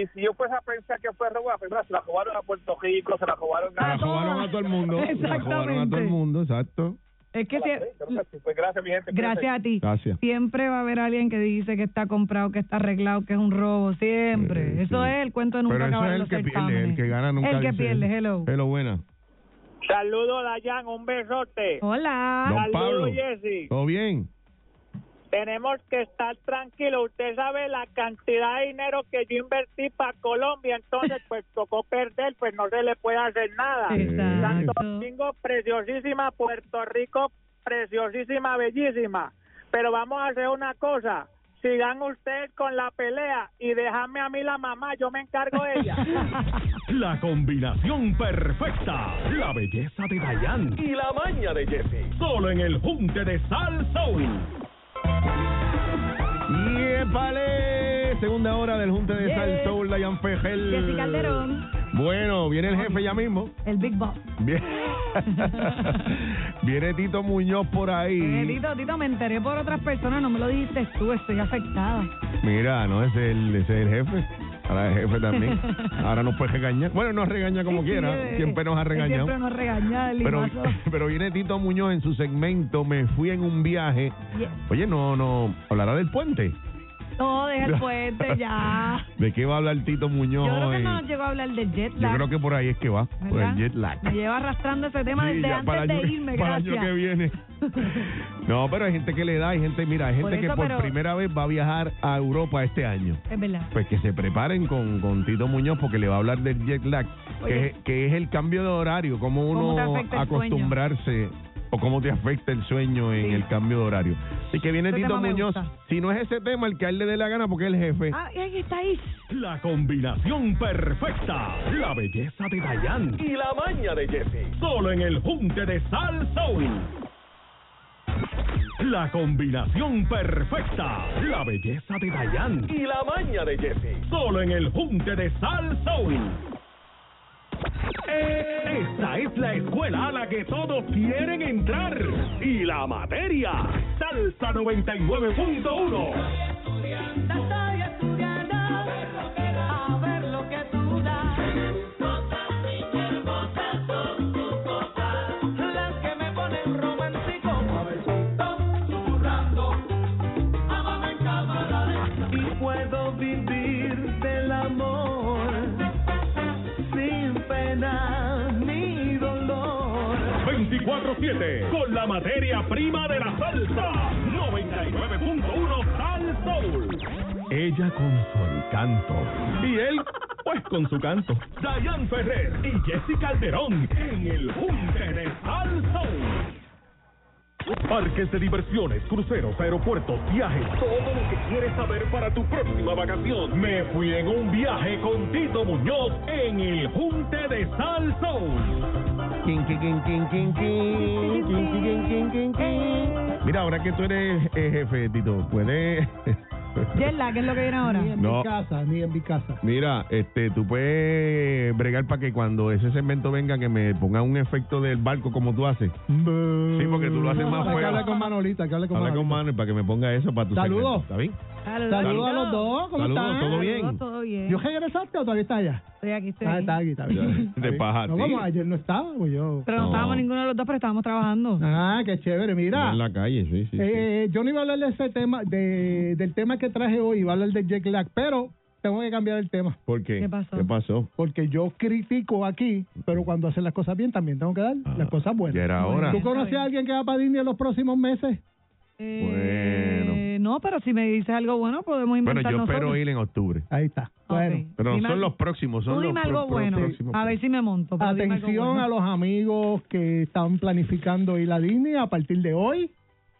F: Y si yo fuese a pensar que fue robada, primero se la robaron a Puerto Rico, se la robaron
B: Se la
F: a...
C: todas.
B: robaron a todo el mundo. Se la robaron a todo el
C: Exactamente.
B: mundo, exacto.
C: Es que si-
F: Pues gracias, mi gente.
C: gracias a ti.
B: Gracias.
C: Siempre va a haber alguien que dice que está comprado, que está arreglado, que es un robo. Siempre.
B: Eh,
C: eso
B: sí.
C: es el cuento de nunca
B: Pero eso
C: acabar
B: es el
C: los
B: que pierde,
C: certámenes.
B: el que gana nunca
C: El que
B: dice-
C: pierde, hello.
B: Hello, buena.
F: Saludos, Dayan, un besote.
C: Hola.
B: Don
F: Saludos,
B: Pablo.
F: Jessy.
B: ¿Todo bien?
F: Tenemos que estar tranquilos. Usted sabe la cantidad de dinero que yo invertí para Colombia, entonces pues tocó perder, pues no se le puede hacer nada.
B: Sí.
C: Exacto.
F: Santo Domingo, preciosísima, Puerto Rico, preciosísima, bellísima. Pero vamos a hacer una cosa. Sigan ustedes con la pelea y déjame a mí la mamá, yo me encargo de ella.
A: La combinación perfecta. La belleza de Dayan y la maña de Jesse. Solo en el junte de Sal Soul.
B: ¡Yepale! Segunda hora del Junte de
C: Yeah.
B: Sal Soul, Dayan Fejel.
C: Jessy Calderón.
B: Bueno, viene el jefe ya mismo.
C: El Big Boss.
B: Bien. viene Tito Muñoz por ahí.
C: Eh, Tito, Tito, me enteré por otras personas, no me lo dijiste tú, estoy afectada.
B: Mira, no, ese es el, ese es el jefe. Ahora es jefe también. Ahora nos puede regañar. Bueno, nos regaña como
C: Sí,
B: quiera.
C: sí, eh,
B: Siempre nos ha
C: él
B: regañado.
C: Siempre nos regaña el
B: Pero,
C: limazo.
B: pero viene Tito Muñoz en su segmento Me fui en un viaje.
C: Yes.
B: Oye, no, no. ¿Hablará del puente?
C: No, deja el puente ya.
B: ¿De qué va a hablar Tito Muñoz?
C: Yo creo que
B: hoy?
C: no nos llegó a hablar del jet
B: Yo
C: lag.
B: creo que por ahí es que va. Por
C: ¿verdad?
B: el jet lag.
C: Me lleva arrastrando ese tema
B: Sí,
C: desde
B: ya
C: antes
B: para el
C: de
B: año que-
C: irme,
B: para el
C: gracias.
B: año que viene. No, pero hay gente que le da, hay gente, mira, hay gente
C: Por
B: que
C: eso,
B: por
C: pero-
B: primera vez va a viajar a Europa este año.
C: es verdad.
B: Pues que se preparen con, con Tito Muñoz porque le va a hablar del jet lag, que
C: Oye.
B: es, que es el cambio de horario, cómo
C: ¿Cómo te
B: uno
C: afecta el sueño?
B: acostumbrarse o cómo te afecta el sueño en
C: Sí.
B: el cambio de horario. Así que viene
C: Ese
B: Tito
C: tema me
B: Muñoz,
C: gusta.
B: si no es ese tema el que a él le dé la gana porque es el jefe.
C: Ah, y ahí está ahí.
A: La combinación perfecta. La belleza de Dayan y la maña de Jesse. Solo en el junte de Sal Soul. La combinación perfecta. La belleza de Dayan y la maña de Jesse. Solo en el junte de Sal Soul. Esta es la escuela a la que todos quieren entrar. Y la materia, Salsa 99.1.
G: Estoy estudiando a ver lo que tú das. Cosas muy hermosas son tus cosas. Las que me ponen romántico. Suavecito, susurrando. Amame en cámara lenta. Y puedo vivir del amor. Sin pena ni dolor.
A: 24-7 con la materia prima de la salsa. 99.1 Sal Soul. Ella con su encanto. Y él, pues con su canto. Dayan Ferrer y Jessica Calderón en el Junte de Sal Soul. Parques de diversiones, cruceros, aeropuertos, viajes, todo lo que quieres saber para tu próxima vacación. Me fui en un viaje con Tito Muñoz en el Junte de Sal Soul.
B: Quin, quin, quin, quin, quin, quin, quin, quin, quin, quin, quin, quin. Mira, ahora que tú eres eh, jefe, Tito, puedes
C: Jet lag, ¿qué es lo que viene ahora?
H: Ni en
B: No.
H: mi casa, ni en mi casa.
B: Mira, este, tú puedes bregar para que cuando ese segmento venga que me ponga un efecto del barco como tú haces.
H: Sí,
B: porque tú lo haces más
H: Que
B: fuerte.
H: hable con Manolita, que hable con
B: Habla con
H: Manolita.
B: Manuel para que me ponga eso para tu
H: Saludos.
B: segmento, ¿Está bien?
H: Saludos a los dos, ¿cómo
B: Saludos,
H: están?
B: ¿todo bien?
C: Saludos, todo bien.
H: ¿Yo regresaste o todavía está allá?
C: Estoy aquí, estoy
H: Ah,
C: aquí.
H: está aquí, está bien.
B: De paja a
H: No,
B: ti.
H: vamos, ayer no estaba, pues yo.
C: Pero no,
B: No.
C: estábamos ninguno de los dos, pero estábamos trabajando.
H: Ah, qué chévere, mira.
B: En la calle, sí, sí. sí.
H: Eh, yo no iba a hablar de ese tema, de, del tema que traje hoy, iba a hablar del jet lag, pero tengo que cambiar el tema,
B: ¿Por qué?
C: ¿Qué pasó?
B: ¿Qué pasó?
H: porque yo critico aquí, pero cuando hacen las cosas bien también tengo que dar las
B: Ah,
H: cosas
B: Ya
H: buenas.
B: era hora.
H: ¿Tú conoces a alguien que va para Disney en los próximos meses?
C: Eh,
B: Bueno.
C: No, pero si me dices algo bueno, podemos
B: Bueno,
C: inventar
B: yo espero
C: nosotros.
B: ir en octubre.
H: Ahí está. Bueno,
C: Ok.
B: Pero
C: Dime
B: no son
C: algo-
B: los próximos, son
C: Tú
B: los
C: dime
B: pro-
C: algo
B: pro-
C: bueno.
B: próximos.
C: A ver si me monto. pero dime algo
H: Atención
C: bueno.
H: a los amigos que están planificando ir a Disney a partir de hoy.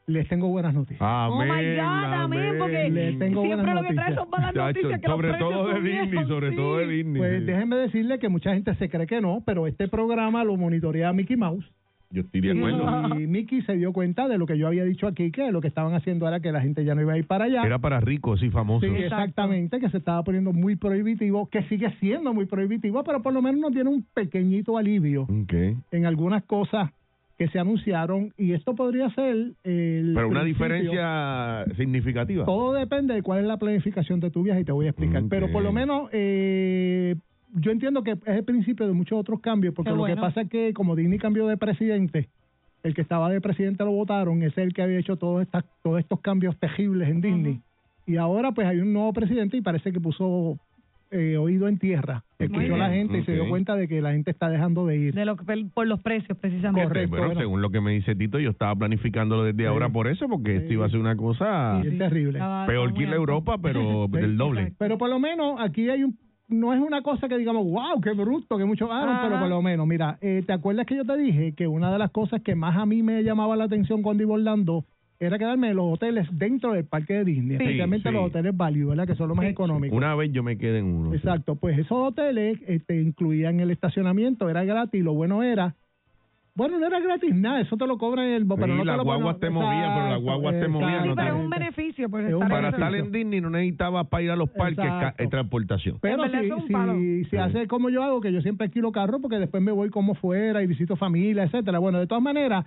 H: Les tengo buenas noticias.
C: Oh
B: Amén,
C: my God, amén, porque
H: Le tengo
C: siempre
H: buenas
C: lo que trae
H: noticias.
C: son malas
B: Chacho,
C: noticias. Que los
B: sobre
C: precios
B: todo de
C: subieron,
B: Disney, sobre
C: sí.
B: todo de Disney.
H: Pues
B: sí.
H: déjenme decirle que mucha gente se cree que no, pero este programa lo monitorea Mickey Mouse.
B: Yo estoy de acuerdo.
H: Y Mickey se dio cuenta de lo que yo había dicho aquí, que lo que estaban haciendo era que la gente ya no iba a ir para allá.
B: Era para ricos y
H: Sí,
B: famosos.
H: exactamente, que se estaba poniendo muy prohibitivo, que sigue siendo muy prohibitivo, pero por lo menos nos tiene un pequeñito alivio
B: Ok.
H: en algunas cosas que se anunciaron y esto podría ser el
B: Pero una
H: principio.
B: diferencia significativa.
H: Todo depende de cuál es la planificación de tu viaje y te voy a explicar.
B: Ok.
H: Pero por lo menos eh, yo entiendo que es el principio de muchos otros cambios, porque
C: Qué
H: lo que
C: bueno.
H: pasa es que como Disney cambió de presidente, el que estaba de presidente lo votaron, es el que había hecho todos, estas, todos estos cambios terribles en Disney. Y ahora pues hay un nuevo presidente y parece que puso eh, oído en tierra. Escuchó a la
B: bien,
H: gente y se dio
B: ok.
H: cuenta de que la gente está dejando de ir.
C: De lo que- por los precios, precisamente.
H: Correcto,
B: Bueno,
H: bueno.
B: según lo que me dice Tito, yo estaba planificándolo desde
H: Sí.
B: ahora por eso, porque esto
H: Sí.
B: iba a ser una cosa
H: Sí, sí. terrible.
C: Estaba-
B: peor
C: estaba
B: que ir
C: muy alto.
B: a Europa, pero del doble.
C: Exacto.
H: Pero por lo menos aquí hay un no es una cosa que digamos, wow, qué bruto, que mucho ganaron,
C: Ajá.
H: pero por lo menos, mira, eh, ¿te acuerdas que yo te dije que una de las cosas que más a mí me llamaba la atención cuando iba a Orlando era quedarme en los hoteles dentro del parque de Disney,
C: Sí.
H: especialmente
B: Sí, sí.
H: los hoteles Value, ¿verdad? Que son los más
C: Sí.
H: económicos.
B: Una vez yo me quedé en uno. sí.
H: Exacto, pues esos hoteles este, incluían el estacionamiento, era gratis, lo bueno era... Bueno, no era gratis nada, eso te lo cobran el...
B: Sí,
H: Pero no te
B: las
H: lo-
B: guaguas te movían, pero las guaguas te movían,
C: Sí,
B: no
C: pero es un
H: exactamente.
C: beneficio. Por
H: Es un
C: estar
B: Para
C: en-
H: beneficio.
B: estar en Disney no necesitabas para ir a los parques ca-
H: Exacto.
B: eh, transportación.
H: Pero
C: En verdad eso es un palo.
H: si, si, si hace como yo hago, que yo siempre alquilo carro porque después me voy como fuera y visito familia, etcétera. Bueno, de todas maneras,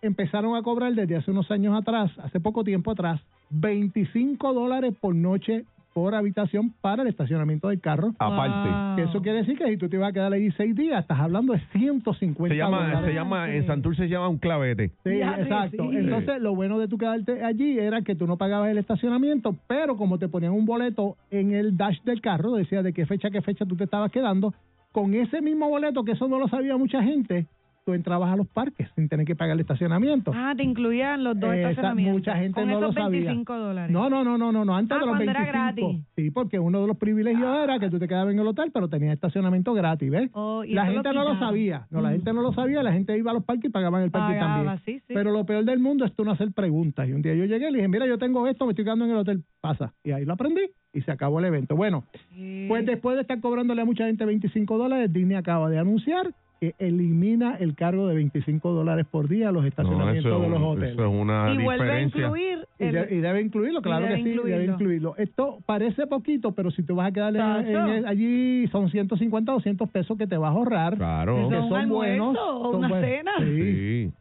H: empezaron a cobrar desde hace unos años atrás, hace poco tiempo atrás, 25 dólares por noche por habitación para el estacionamiento del carro.
B: Ah. Aparte.
C: Wow.
H: Que Eso quiere decir que si tú te vas a quedar ahí seis días, estás hablando de 150
B: Se llama,
H: dólares.
B: se llama, en
C: Sí.
B: Santurce se llama un clavete.
H: Sí,
C: Ya, sí,
H: exacto.
C: sí.
H: Entonces, lo bueno de tu quedarte allí era que tú no pagabas el estacionamiento, pero como te ponían un boleto en el dash del carro, decía de qué fecha, qué fecha tú te estabas quedando, con ese mismo boleto, que eso no lo sabía mucha gente, tú entrabas a los parques sin tener que pagar el estacionamiento.
C: Ah, te incluían los dos
H: Esa-
C: estacionamientos.
H: mucha gente
C: Con
H: no
C: esos
H: lo sabía.
C: 25 dólares.
H: No, no, no, no, no, no, antes de
C: Ah,
H: los
C: cuando
H: 25.
C: era gratis. Ah.
H: Sí, porque uno de los privilegios era que tú te quedabas en el hotel, pero tenías estacionamiento gratis, ¿ves?
C: Oh, y
H: la
C: eso lo
H: gente no lo
C: quitaron. Mm.
H: sabía, no, la gente no lo sabía, la gente iba a los parques y pagaban el parque
C: Pagaba,
H: también.
C: sí, sí.
H: Pero lo peor del mundo es tú no hacer preguntas. Y un día yo llegué y le dije, mira, yo tengo esto, me estoy quedando en el hotel, pasa. Y ahí lo aprendí y se acabó el evento. Bueno,
C: Sí.
H: pues después de estar cobrándole a mucha gente 25 dólares, Disney acaba de anunciar que elimina el cargo de 25 dólares por día a los
B: No,
H: estacionamientos
B: eso,
H: de
B: es
H: los
B: un-
H: hoteles.
B: eso es una
C: y vuelve a
B: diferencia.
C: incluir
H: Y,
C: el-
H: de- y debe incluirlo, claro
C: debe
H: que sí, debe
C: incluirlo.
H: incluirlo. Esto parece poquito, pero si tú vas a quedar en-
C: Tacho.
H: en- allí, son 150 o 200 pesos que te vas a ahorrar.
B: Claro.
H: que
C: Eso- ¿Un
H: son
C: almuerzo
H: buenos.
C: o
H: son
C: una
H: buenos.
C: cena?
H: Sí,
B: Sí.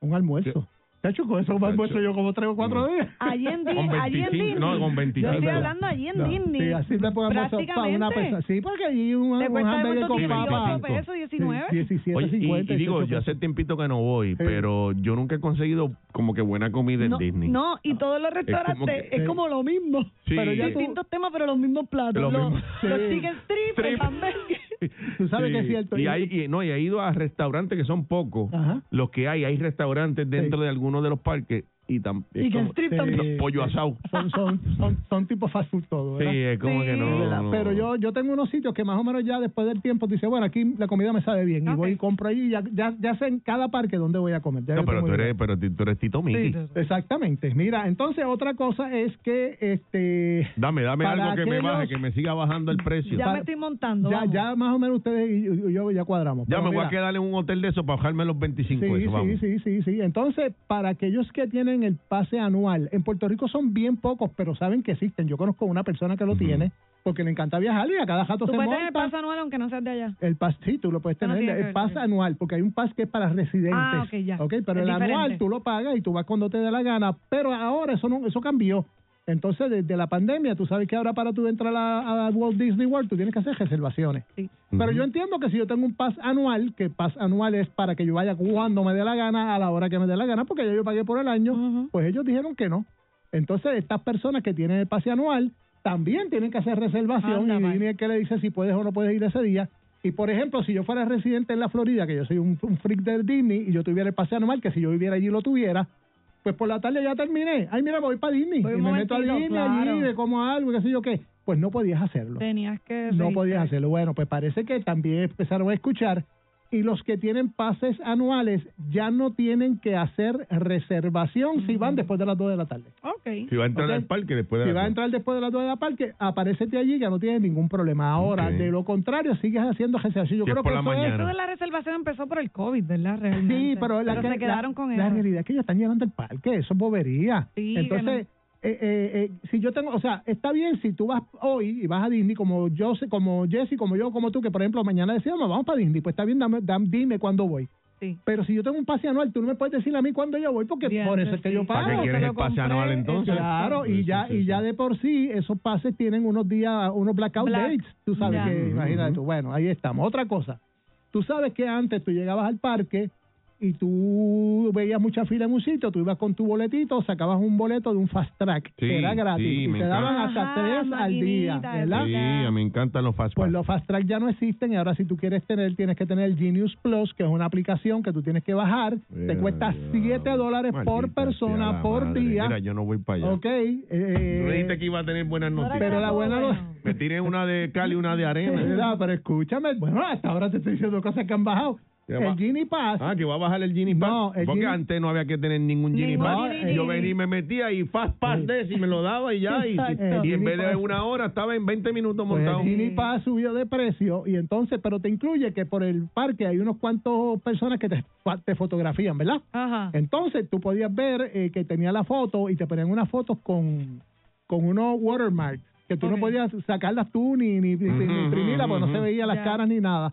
H: un almuerzo. De hecho, con eso me almuerzo yo como tres o cuatro días.
C: allí en Di-
B: Con
C: allí en
B: 25,
C: Disney.
B: no, con 25,
C: Mm. Ah, Yo estoy
B: ¿verdad?
C: hablando allí en
H: No,
C: Disney.
H: Sí, así le podemos hacer para una
C: Prácticamente.
H: persona. Sí, porque allí un,
C: Te
H: un
C: cuesta de
H: hamburger
C: pronto
H: con
B: 18
H: papa.
C: pesos, 19.
H: Sí, 17,
B: Oye, y-
H: 50,
B: y, digo,
H: 18
B: yo hace tiempito que no voy, pero yo nunca he conseguido como que buena comida
C: no,
B: en Disney.
C: no, y todos los restaurantes es como,
B: que-
C: lo mismo.
B: Sí.
H: Pero ya tú-
C: Distintos temas, pero los mismos platos.
B: Lo
C: los
B: mismo.
C: los
H: Sí.
C: chicken strips,
B: Strip.
C: el hamburger.
H: Tú sabes
B: Sí,
H: que es cierto.
B: Y, hay, y- no, y he ido a restaurantes que son pocos.
H: Ajá.
B: Los que hay, hay restaurantes dentro de algunos de los parques y también.
C: Y que strip también.
H: Sí,
B: pollo
H: sí.
B: asado.
H: Son, son, son, son tipo fast food todo,
B: Sí,
H: ¿verdad?
B: es como que
H: Sí,
B: no.
H: ¿verdad?
B: no.
H: Pero yo yo tengo unos sitios que más o menos ya después del tiempo dice, bueno, aquí la comida me sabe bien y
C: Ok.
H: voy y compro ahí y ya, ya, ya sé en cada parque dónde voy a comer. Ya
B: No,
H: yo
B: pero
H: tengo
B: tú
H: idea.
B: eres, pero tú eres Tito Miki.
H: Exactamente. Mira, entonces otra cosa es que este
B: Dame, dame
H: Para
B: algo que me
H: aquellos-
B: baje, que me siga bajando el precio.
C: Ya
B: Ya,
C: me estoy montando.
H: ya,
C: vamos.
H: ya Ah, más o menos ustedes y y- y yo ya cuadramos. Pero
B: me voy
H: mira,
B: a quedar en un hotel de esos para bajarme los 25.
H: Sí,
B: eso, vamos.
H: sí, sí, sí, sí. Entonces, para aquellos que tienen tienen el pase anual. En Puerto Rico son bien pocos, pero saben que existen. Yo conozco una persona que lo tiene porque le encanta viajar y a cada rato se
C: Tú puedes
H: monta.
C: tener pase anual aunque no seas de allá.
H: El pas, sí, tú lo puedes
C: Eso no
H: tener.
C: tiene que
H: el
C: ver,
H: pas
C: sí.
H: anual, porque hay un pas que es para residentes.
C: Ah, ok, ya.
H: pero
C: Es
H: el anual
C: diferente.
H: tú lo pagas y tú vas cuando te dé la gana. Pero ahora eso no, eso cambió. Entonces, desde la pandemia, tú sabes que ahora para tú entrar a, a Walt Disney World, tú tienes que hacer reservaciones.
C: Sí.
H: Pero yo entiendo que si yo tengo un pas anual, que pas anual es para que yo vaya cuando me dé la gana, a la hora que me dé la gana, porque ya yo pagué por el año,
C: Ujú.
H: pues ellos dijeron que no. Entonces, estas personas que tienen el pase anual también tienen que hacer reservación
C: Anda,
H: y
C: vaya.
H: viene el que le dice si puedes o no puedes ir ese día. Y por ejemplo, si yo fuera residente en la Florida, que yo soy un, un freak del Disney y yo tuviera el pase anual, que si yo viviera allí lo tuviera, pues por la tarde ya terminé. Ay, mira, me voy para Disney.
C: Voy
H: y
C: un
H: me meto a
C: momentito,
H: Disney allí,
C: claro.
H: me como algo, qué sé yo qué. Pues no podías hacerlo.
C: Tenías que...
H: No
C: registrar.
H: podías hacerlo. Bueno, pues parece que también empezaron a escuchar y los que tienen pases anuales ya no tienen que hacer reservación si van después de las 2 de la tarde.
C: Ok.
B: Si va a entrar
H: Ok.
B: al parque después de
H: Si
B: la
H: vas a
B: noche.
H: entrar después de las 2 de la parque, aparécete allí que no tienes ningún problema. Ahora,
B: Ok.
H: de lo contrario, sigues haciendo ejercicio. Yo
B: Si es
H: creo
B: por
H: que
B: la
H: eso es-
B: mañana.
C: Eso Pues de la reservación empezó por el COVID, ¿verdad? Realmente.
H: Sí, pero, la,
C: se
H: la-
C: quedaron con
H: la
C: eso.
H: realidad es que ellos están llenando el parque, eso es bobería.
C: Sí,
H: Entonces, eh, eh, eh, si yo tengo, o sea, está bien si tú vas hoy y vas a Disney como yo, sé- como Jesse, como yo, como tú, que por ejemplo mañana decíamos, vamos para Disney, pues está bien, dame, dam- dime cuándo voy.
C: Sí.
H: Pero si yo tengo un pase anual, tú no me puedes decir a mí cuándo yo voy, porque
C: Bien,
H: por eso es que
C: sí.
H: yo
C: ¿Para
H: pago.
B: ¿Para qué
C: Claro,
B: quieres
C: te
B: el
C: lo
B: pase
C: compré,
B: anual entonces?
H: Claro,
B: Sí,
H: y
B: sí,
H: ya
B: sí,
H: y ya
B: sí.
H: de por sí esos pases tienen unos días, unos blackout
C: Black.
H: dates, tú sabes
C: Ya.
H: que,
B: Ujú,
H: imagínate
B: ujú.
H: tú, bueno, ahí estamos. Otra cosa, tú sabes que antes tú llegabas al parque y tú veías mucha fila en un sitio, tú ibas con tu boletito, sacabas un boleto de un fast track,
B: Sí,
H: que era gratis,
B: sí,
H: y
B: me
H: te daban
C: encanta.
H: hasta
C: Ajá,
H: tres al día,
C: maquinita,
H: ¿verdad?
B: Sí, a mí me encantan los fast
H: Pues
B: pass.
H: los fast track ya no existen y ahora si tú quieres tener, tienes que tener el Genius Plus, que es una aplicación que tú tienes que bajar, te
B: Ya,
H: cuesta
B: ya,
H: 7 dólares por
B: maldita sea
H: persona
B: la
H: por
B: madre.
H: día.
B: Mira, yo no voy para allá.
H: Ok, eh,
B: Tú dijiste que iba a tener buenas noticias.
H: pero la buena no-
C: Bueno.
B: Me tiré una de cal y una de arena.
H: Mira, pero escúchame, bueno, hasta ahora te estoy diciendo cosas que han bajado.
B: Ya
H: el
B: va.
H: Genie Pass,
B: Ah, que va a bajar el Genie Pass.
H: No, el
B: Porque
H: Genie-
B: antes no había que tener ningún Genie
C: Ningún
B: Pass.
C: Genie.
B: Yo venía y me metía y Fast Pass de ese y me lo daba y ya. Y,
H: Exacto.
B: y en vez de
H: Genie Pass.
B: una hora estaba en 20 minutos
H: pues
B: montado.
H: el Genie Pass subió de precio y entonces, pero te incluye que por el parque hay unos cuantos personas que te, te fotografían, ¿verdad?
C: Ajá.
H: Eh, Entonces tú podías ver eh, que tenía la foto y te ponían unas fotos con, con unos watermarks, que tú
C: Ok.
H: no podías sacarlas tú ni, ni, ni- ni
B: Ujú,
H: imprimirlas, porque no se
B: ujú.
H: veía las
C: Ya.
H: caras ni nada.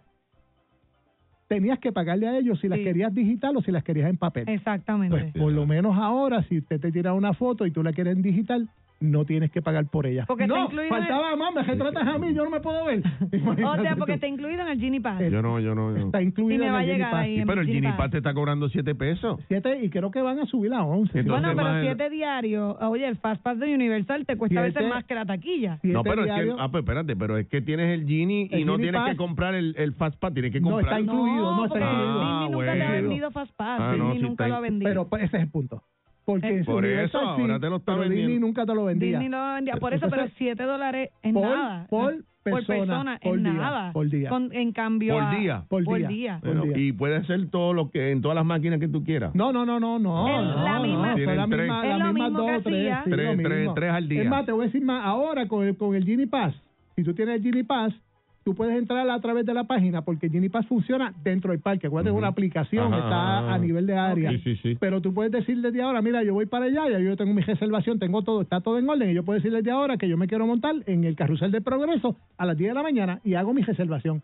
H: Tenías que pagarle a ellos si las
C: Sí.
H: querías digital o si las querías en papel. Pues
C: Exactamente.
H: por lo menos ahora, si usted te tira una foto y tú la quieres en digital, no tienes que pagar por ella.
C: Porque está
H: no,
C: incluido en el-
H: faltaba más, me retratas a mí, yo no me puedo ver.
C: O
H: Imagínate
C: sea, porque
H: tú.
C: está incluido en el Genie Pass.
H: El-
B: Yo no, yo no. yo no.
H: Está incluido
C: Y me
H: en
C: va
H: el
C: a llegar
H: Genie Pass.
C: ahí.
B: Sí, pero el
C: Genie
B: Genie
C: Pass.
B: Pass te está cobrando 7 pesos.
H: Siete, y creo que van a subir a 11.
B: Entonces,
C: bueno, pero
B: más el-
C: siete diarios. Oye, el Fast Pass de Universal te cuesta a veces
H: Siete.
C: más que la taquilla.
H: Siete
B: No, pero es que,
H: diarios.
B: ah, pues espérate, pero es que tienes el Genie y
H: El
B: no
H: Genie
B: tienes
H: Pass.
B: que comprar el, el Fast Pass, tienes que
H: No,
B: comprar.
H: está incluido, no está
C: porque
B: incluido.
C: Disney
B: Ah,
C: nunca te ha
B: bueno.
C: vendido Fast Pass.
B: Ah, no,
C: Disney
B: sí
C: nunca
B: está
C: lo ha
B: in-
C: vendido.
H: Pero pues, ese es el punto. Porque
B: Eh,
H: si
B: por
H: hubiese
B: eso,
H: así,
B: ahora te lo está
H: pero Disney
B: vendiendo.
H: nunca te lo vendía.
C: Disney no lo vendía. Por eso, pero
H: Entonces,
C: 7 dólares es
H: por-
C: nada.
H: por persona,
C: es
H: por día,
C: nada.
H: por día.
C: Con- en cambio.
B: Por
C: a-
B: día.
H: Por
C: Por
H: día.
C: día.
H: Por
B: Bueno,
H: día.
B: y puede hacer todo lo que en todas las máquinas que tú quieras.
H: No, no, no, no, no.
C: Es
H: no,
C: la
H: no,
C: misma-
H: son
B: Tienen
H: la
B: tres.
H: misma,
C: Es
H: la
C: lo
H: misma
C: mismo que
H: dos, tres,
C: hacía.
H: sí,
B: Tres,
H: lo mismo.
B: tres, tres al día.
H: Es más, te voy a decir más, ahora con el, con el Genie Pass, si tú tienes el Genie Pass, tú puedes entrar a través de la página, porque el Genie Pass funciona dentro del parque, acuérdate, es una
B: Ujú.
H: aplicación,
B: Ajá,
H: está
B: ajá.
H: a nivel de área.
B: Sí, sí, sí.
H: Pero tú puedes decir desde ahora, mira, yo voy para allá, ya yo tengo mi reservación, tengo todo, está todo en orden, y yo puedo decir desde ahora que yo me quiero montar en el carrusel de progreso a las 10 de la mañana y hago mi reservación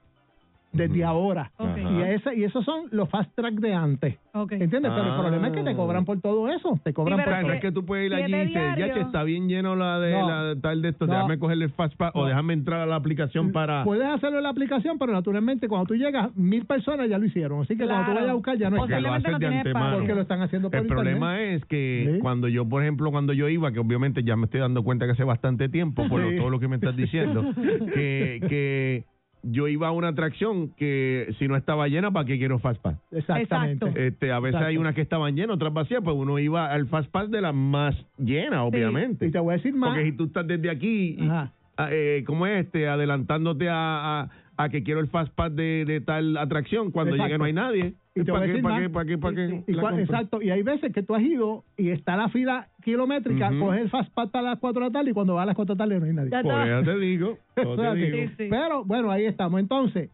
H: desde
B: Ujú.
H: ahora.
C: Ok.
B: Ajá.
H: Y, esa, y esos son los fast track de antes.
C: Ok.
H: ¿Entiendes? Pero el
B: Ah.
H: problema es que te cobran por todo eso. Te cobran
C: Sí,
B: O
C: pero
H: por
B: sea, no
C: que-
B: es que tú puedes ir allí y
C: siete
B: dices, ya
C: diarios.
B: che, está bien lleno la de
H: No.
B: la de tal de esto,
H: No.
B: déjame cogerle el fast pass
H: No.
B: o déjame entrar a la aplicación para...
H: Puedes hacerlo en la aplicación, pero naturalmente cuando tú llegas, mil personas ya lo hicieron. Así que cuando tú
C: Claro.
H: vayas a buscar ya no
C: O
H: está.
B: que lo
C: Posiblemente
B: haces
C: no
B: de
C: tienes
B: antemano.
C: pago.
H: Porque lo están haciendo por
B: El problema es que
H: Sí.
B: cuando yo, por ejemplo, cuando yo iba, que obviamente ya me estoy dando cuenta que hace bastante tiempo, por lo-
H: Sí.
B: todo lo que me estás diciendo, que, que yo iba a una atracción que si no estaba llena, ¿para qué quiero fast pass?
H: Exactamente.
C: Exacto.
B: Este, a veces
H: Exacto.
B: hay unas que estaban llenas, otras vacías, pues uno iba al fast pass de la más llena, obviamente.
H: Y te voy a decir más.
B: Porque si tú estás desde aquí, y-
H: Ajá.
B: a- eh, ¿cómo es este? Adelantándote a, a, a que quiero el fast pass de, de tal atracción, cuando
H: Exacto.
B: llegue no hay nadie.
H: Y te voy
B: ¿Para
H: a
B: qué,
H: decir
B: para
H: más.
B: qué, para qué, para qué?
H: Y
B: la
H: cua-
B: compro?
H: exacto, y hay veces que tú has ido y está la fila kilométrica,
B: Ujú.
H: coges el fast pass a las 4 de la tarde y cuando va a las 4 de la tarde no hay nadie.
C: Ya
B: Por
C: está.
B: eso te Pues digo, yo te
H: Espérate.
B: digo.
C: Sí, sí.
H: Pero bueno, ahí estamos. Entonces,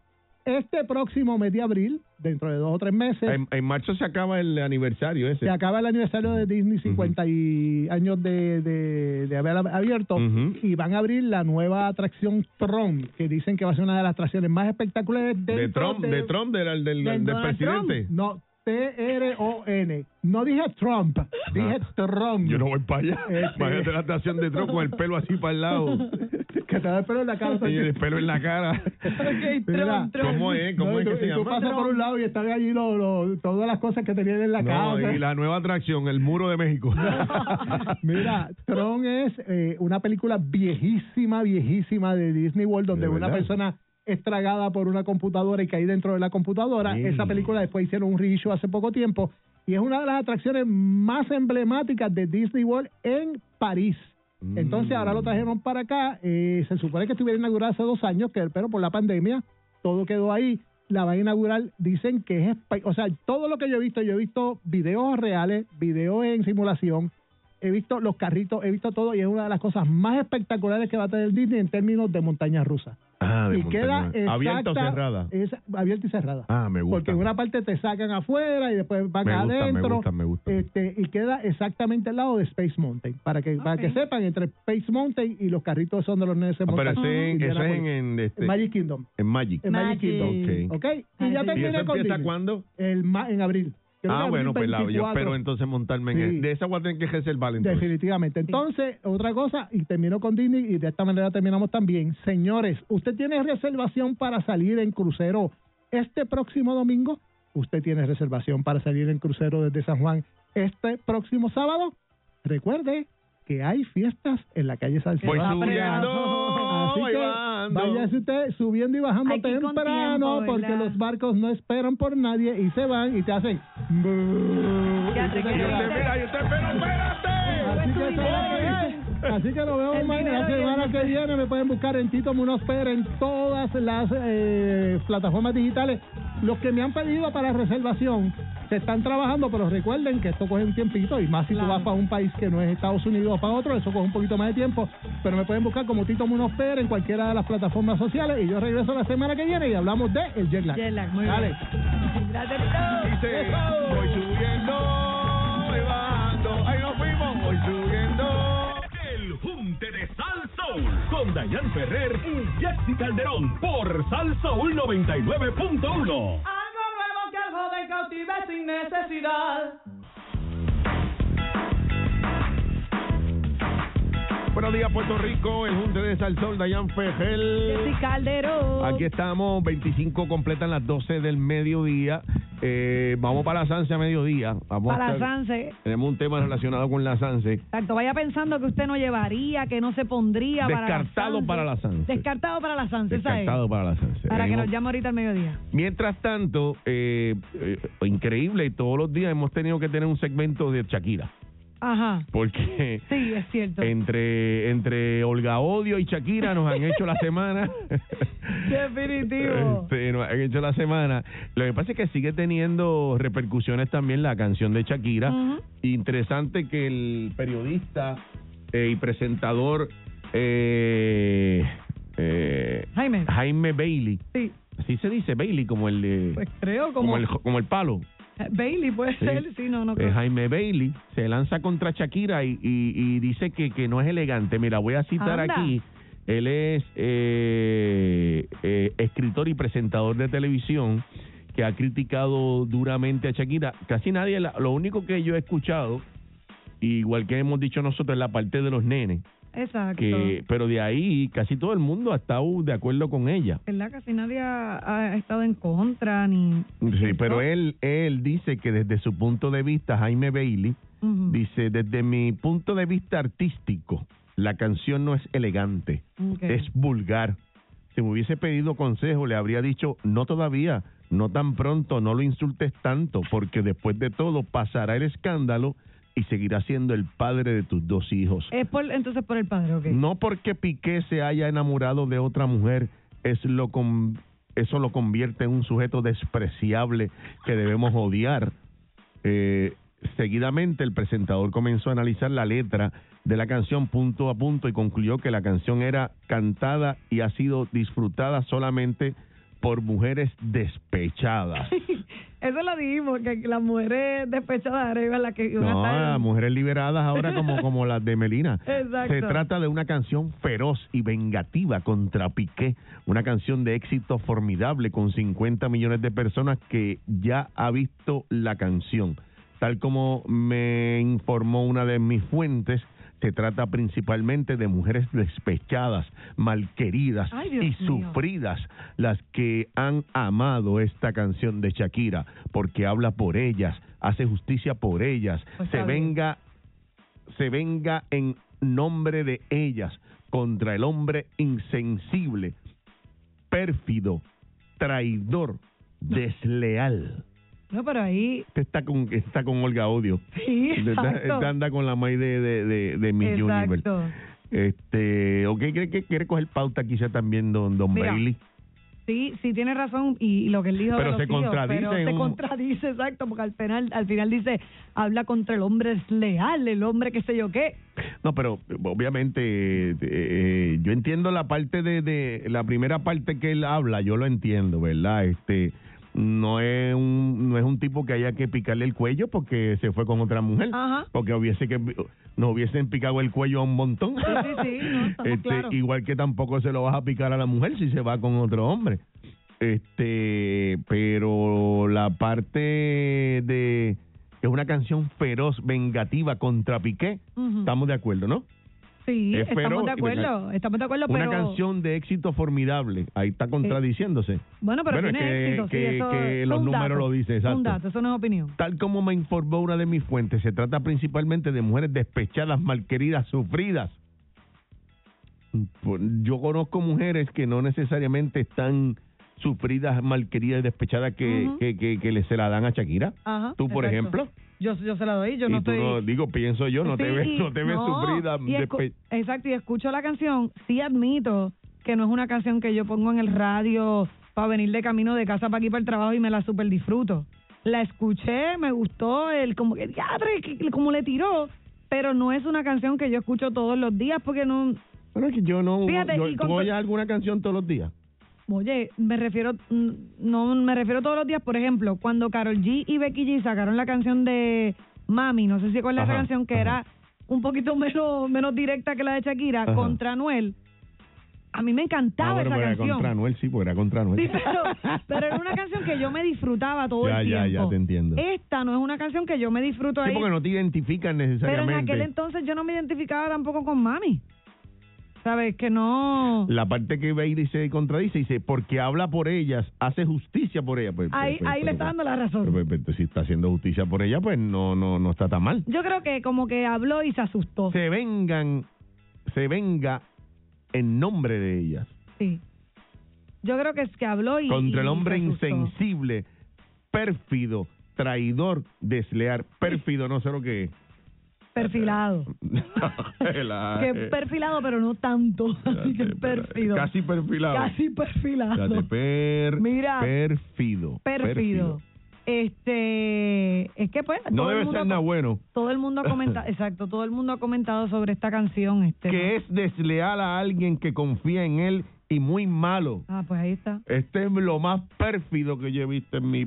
H: Este próximo mes de abril, dentro de dos o tres meses,
B: En, en marzo se acaba el aniversario ese.
H: se acaba el aniversario de Disney, 50 y años de, de, de haber abierto,
B: Ujú.
H: y van a abrir la nueva atracción Tron, que dicen que va a ser una de las atracciones más espectaculares
B: de
H: dentro
B: Trump, de Trump, del, del, del, del
H: Donald
B: presidente.
H: Trump. No, T-R-O-N. No dije Trump, dije Trump.
B: Yo no voy para allá.
H: Este-
B: Imagínate la estación de Trump con el pelo así para el lado.
H: que te da el pelo en la cara.
B: y el pelo en la cara.
C: Ok,
H: Mira,
C: Tron, Tron.
B: ¿Cómo es? ¿Cómo
H: No,
B: es
H: y tú,
B: que se
H: y tú
B: llama?
H: pasas por un lado y están allí lo- lo- todas las cosas que tenían en la
B: No,
H: casa.
B: y la nueva atracción, el muro de México.
H: Mira, Tron es eh, una película viejísima, viejísima de Disney World, donde
B: ¿De
H: una
B: verdad?
H: persona estragada por una computadora y cae dentro de la computadora.
B: Sí.
H: Esa película después hicieron un reissue hace poco tiempo y es una de las atracciones más emblemáticas de Disney World en París. Entonces
B: Mm.
H: ahora lo trajeron para acá. eh, se supone que estuviera inaugurada hace dos años, que pero por la pandemia todo quedó ahí. La van a inaugurar, dicen que es, espe- o sea, todo lo que yo he visto, yo he visto videos reales, videos en simulación, he visto los carritos, he visto todo y es una de las cosas más espectaculares que va a tener Disney en términos de montaña rusa.
B: Ah, de
H: y queda
B: montaña. ¿Abierta o
H: exacta-
B: cerrada?
H: Es abierta y cerrada.
B: Ah, me gusta.
H: Porque en una parte te sacan afuera y después van
B: Me gusta, me
H: adentro.
B: gusta, me gusta.
H: Este, y queda exactamente al lado de Space Mountain. Para que para
C: Ok.
H: que sepan, entre Space Mountain y los carritos son de los nenes
B: Ah, pero ese, en- ese es en, en, este,
H: Magic Kingdom.
B: en Magic.
H: En Magic,
C: Magic.
H: Kingdom. Ok.
B: Ok.
H: Y ya
C: Magic.
B: ¿Y eso
H: terminé con
B: empieza
H: Disney.
B: cuándo?
H: El ma- en abril. Creo que
B: Ah,
H: abril
B: bueno, pues la, yo
H: 24.
B: espero entonces montarme en
H: Sí.
B: el- De esa voy a tener que reservar entonces.
H: Definitivamente. Entonces, otra cosa, y termino con Disney, y de esta manera terminamos también. Señores, ¿usted tiene reservación para salir en crucero este próximo domingo? ¿Usted tiene reservación para salir en crucero desde San Juan este próximo sábado? Recuerde que hay fiestas en la calle Salcedo. Ah,
B: Voy
C: Está
B: subiendo,
H: Así
B: voy
H: que
B: bajando.
H: váyase usted subiendo y bajando
C: Hay que ir con
H: temprano
C: tiempo,
H: porque
C: ¿verdad?
H: los barcos no esperan por nadie y se van y te hacen... "Bú".
C: Ya
H: Y
C: te
H: tú
B: Y
C: quedas.
B: usted, mira, yo te espero,
H: Así
B: espérate.
H: que,
B: Voy.
H: así que nos vemos
C: El
H: mañana. La
C: dinero
H: semana
C: viene.
H: que viene me pueden buscar en Tito Munoz Pérez en todas las eh, plataformas digitales. Los que me han pedido para reservación se están trabajando, pero recuerden que esto coge un tiempito y más si tú
C: Claro.
H: vas para un país que no es Estados Unidos o para otro, eso coge un poquito más de tiempo. Pero me pueden buscar como Tito Munoz Pérez en cualquiera de las plataformas sociales y yo regreso la semana que viene y hablamos de el jet lag.
C: Jet lag, muy
H: Dale.
C: bien. Gracias, Tito.
B: Dice, voy subiendo, voy bajando. Ahí nos fuimos, voy subiendo.
A: El Junte de Sal Soul con Dayan Ferrer y Jesse Calderón por Sal Soul 99.1.
G: Algo nuevo que el joven cautive sin necesidad.
B: Buenos días, Puerto Rico. El Junte de Salsol, Dayan Fejel.
C: Jessy Calderón.
B: Aquí estamos, 25 completan las 12 del mediodía. Eh, vamos para la Sanse a mediodía. Vamos a
C: Para
B: estar-
C: Sanse.
B: Tenemos un tema relacionado con la Sanse.
C: Exacto, vaya pensando que usted no llevaría, que no se pondría
B: Descartado para
C: para
B: la
C: la
B: Sanse.
C: Sanse. Descartado para la Sanse, esa es.
B: Descartado para la Sanse.
C: Para que
B: Venimos-
C: nos llame ahorita al mediodía.
B: Mientras tanto, eh, eh, increíble, todos los días hemos tenido que tener un segmento de Shakira.
C: Ajá.
B: Porque
C: Sí, es cierto.
B: entre, entre Olga Odio y Shakira nos han hecho la semana.
C: Definitivo.
B: Este, nos han hecho la semana. Lo que pasa es que sigue teniendo repercusiones también la canción de Shakira.
C: Ujú.
B: Interesante que el periodista eh, y presentador eh, eh,
C: Jaime.
B: Jaime Bailey,
C: Sí,
B: así se dice Bailey, como el, eh,
C: pues creo como,
B: como el como el palo.
C: Bailey puede
B: Sí.
C: ser, sí, no, no
B: Eh,
C: creo.
B: Jaime Bailey se lanza contra Shakira y, y, y dice que, que no es elegante. Mira, voy a citar
C: Anda.
B: aquí. Él es eh, eh, escritor y presentador de televisión que ha criticado duramente a Shakira. Casi nadie, la- lo único que yo he escuchado, igual que hemos dicho nosotros, es la parte de los nenes.
C: Exacto.
B: que Pero de ahí casi todo el mundo ha estado de acuerdo con ella.
C: ¿Verdad? Casi nadie ha, ha estado en contra ni...
B: Sí, pero él, él dice que desde su punto de vista, Jaime Bailey,
C: Ujú.
B: Dice, desde mi punto de vista artístico, la canción no es elegante,
C: Ok.
B: es vulgar. Si me hubiese pedido consejo, le habría dicho, no todavía, no tan pronto, no lo insultes tanto, porque después de todo pasará el escándalo y seguirá siendo el padre de tus dos hijos.
C: Es por, entonces por el padre, ok.
B: No porque Piqué se haya enamorado de otra mujer, es lo con- eso lo convierte en un sujeto despreciable que debemos odiar. Eh, seguidamente el presentador comenzó a analizar la letra de la canción punto a punto y concluyó que la canción era cantada y ha sido disfrutada solamente por mujeres despechadas.
C: Eso lo dijimos, que las mujeres despechadas arriba, las que una
B: No,
C: tarde-
B: las mujeres liberadas ahora como, como las de Melina.
C: Exacto.
B: Se trata de una canción feroz y vengativa contra Piqué, una canción de éxito formidable con 50 millones de personas que ya ha visto la canción. Tal como me informó una de mis fuentes, se trata principalmente de mujeres despechadas, malqueridas
C: Ay, Dios
B: y
C: mío.
B: sufridas, las que han amado esta canción de Shakira, porque habla por ellas, hace justicia por ellas,
C: Pues
B: se
C: está bien.
B: venga se venga en nombre de ellas contra el hombre insensible, pérfido, traidor, desleal.
C: No, pero ahí...
B: Este está con, este está con Olga Odio.
C: Sí,
B: Este está-
C: exacto.
B: este anda con la May de, de, de, de Miss Universe.
C: Exacto.
B: Este, ¿o qué cree que quiere coger pauta quizá también don, don
C: Mira,
B: Bailey?
C: Sí, sí tiene razón y lo que él dijo de
B: Pero
C: los
B: se
C: hijos,
B: contradice
C: pero
B: en
C: se
B: un-
C: contradice, exacto, porque al final, al final dice, habla contra el hombre leal, el hombre qué sé yo qué.
B: No, pero eh, obviamente eh, eh, yo entiendo la parte de, de la primera parte que él habla, yo lo entiendo, ¿verdad? Este no es un no es un tipo que haya que picarle el cuello porque se fue con otra mujer,
C: Ajá.
B: porque hubiese que nos hubiesen picado el cuello a un montón.
C: Sí, sí, sí, no, estamos
B: Este,
C: claros.
B: igual que tampoco se lo vas a picar a la mujer si se va con otro hombre. Este, pero la parte de es una canción feroz, vengativa contra Piqué.
C: Ujú.
B: Estamos de acuerdo, ¿no?
C: Sí,
B: es feroz
C: estamos
B: y
C: de acuerdo,
B: venga-
C: estamos de acuerdo,
B: Una
C: pero... Eh.
B: canción de éxito formidable. Ahí está contradiciéndose.
C: Bueno, pero
B: Bueno,
C: tiene
B: que-
C: éxito, sí,
B: que-
C: eso-
B: que
C: eso
B: los
C: es un
B: números
C: dato,
B: lo dicen, exacto.
C: Un dato, eso no es opinión.
B: Tal como me informó una de mis fuentes, se trata principalmente de mujeres despechadas, malqueridas, sufridas. Por- Yo conozco mujeres que no necesariamente están sufridas, malqueridas y despechadas que,
C: Ujú.
B: que, que, que le- se la dan a Shakira.
C: Ajá,
B: Tú, por
C: exacto.
B: ejemplo.
C: Yo, yo se la doy, yo
B: y
C: no
B: tú
C: estoy...
B: no- digo, pienso yo, no te
C: Sí,
B: ves,
C: y-
B: no te ves
C: no,
B: sufrida.
C: y escu-
B: despe-
C: Exacto, y escucho la canción, sí admito que no es una canción que yo pongo en el radio para venir de camino de casa para aquí para el trabajo y me la super disfruto. La escuché, me gustó, el como que diadre, que- como le tiró, pero no es una canción que yo escucho todos los días porque no,
B: Bueno, es que yo no.
C: Fíjate,
B: yo-
C: y
B: ¿Tú
C: con-
B: oyes alguna canción todos los días?
C: Oye, me refiero, mm, no me refiero todos los días, por ejemplo, cuando Carol G y Becky G sacaron la canción de Mami, no sé si recuerdas esa
B: Ajá,
C: canción que
B: ajá.
C: era un poquito menos, menos directa que la de Shakira
B: Ajá.
C: contra Noel. A mí me encantaba
B: Ah, bueno,
C: esa
B: pero era
C: canción.
B: contra Anuel, sí, porque era contra Anuel.
C: Sí, pero, pero era una canción que yo me disfrutaba todo
B: Ya,
C: el
B: ya, ya,
C: tiempo.
B: te entiendo.
C: Esta no es una canción que yo me disfruto
B: Sí,
C: ahí.
B: porque no te identifican
C: pero en
B: necesariamente.
C: aquel entonces yo no me identificaba tampoco con Mami. ¿Sabes? Que no...
B: La parte que Bailey se contradice dice, porque habla por ellas, hace justicia por ellas. Pues,
C: Ahí-
B: pues,
C: ahí
B: pues,
C: le está
B: pues,
C: dando la razón.
B: pero, pues, pues, si está haciendo justicia por ella, pues no, no, no está tan mal.
C: Yo creo que como que habló y se asustó.
B: Se vengan, se venga en nombre de ellas.
C: Sí. Yo creo que es que habló y...
B: contra el
C: y
B: hombre
C: se asustó.
B: insensible, pérfido, traidor, desleal. Pérfido, no sé lo que es.
C: Perfilado.
B: La-
C: que es perfilado, pero no tanto. Así que es pérfido.
B: Casi perfilado.
C: Casi
B: Espérate,
C: perfilado.
B: per-
C: Mira.
B: Pérfido.
C: Pérfido. Este... Es que pues...
B: No
C: todo el
B: debe
C: mundo
B: ser nada
C: co-
B: bueno.
C: Todo el mundo ha comentado... exacto, todo el mundo ha comentado sobre esta canción. Este,
B: Que es desleal a alguien que confía en él y muy malo.
C: Ah, pues ahí está.
B: Este es lo más pérfido que yo he visto en mi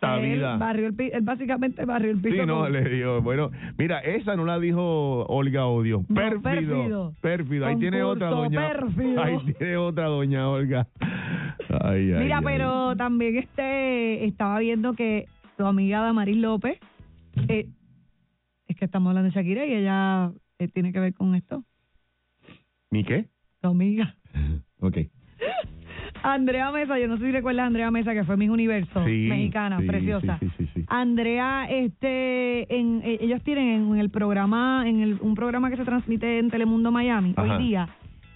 B: ta
C: Él
B: vida.
C: barrió el pi- él básicamente barrió el piso.
B: Sí, no,
C: con-
B: le digo, bueno, mira, esa no la dijo Olga Odio.
C: No,
B: Pérfido.
C: pérfido.
B: Pérfido. Ahí tiene
C: Concurso
B: otra doña.
C: pérfido.
B: Ahí tiene otra doña Olga. Ay, ay,
C: Mira,
B: ay.
C: pero también este estaba viendo que tu amiga Damaris López, eh, es que estamos hablando de Shakira y ella eh, tiene que ver con esto,
B: ¿Mi qué?
C: tu amiga.
B: Ok.
C: Andrea Mesa, yo no sé si recuerdas a Andrea Mesa, que fue Miss Universo
B: Sí,
C: mexicana,
B: sí,
C: preciosa.
B: sí, sí, sí, sí.
C: Andrea, este, en, eh, ellos tienen en el programa, en el, un programa que se transmite en Telemundo Miami
B: Ajá.
C: hoy día,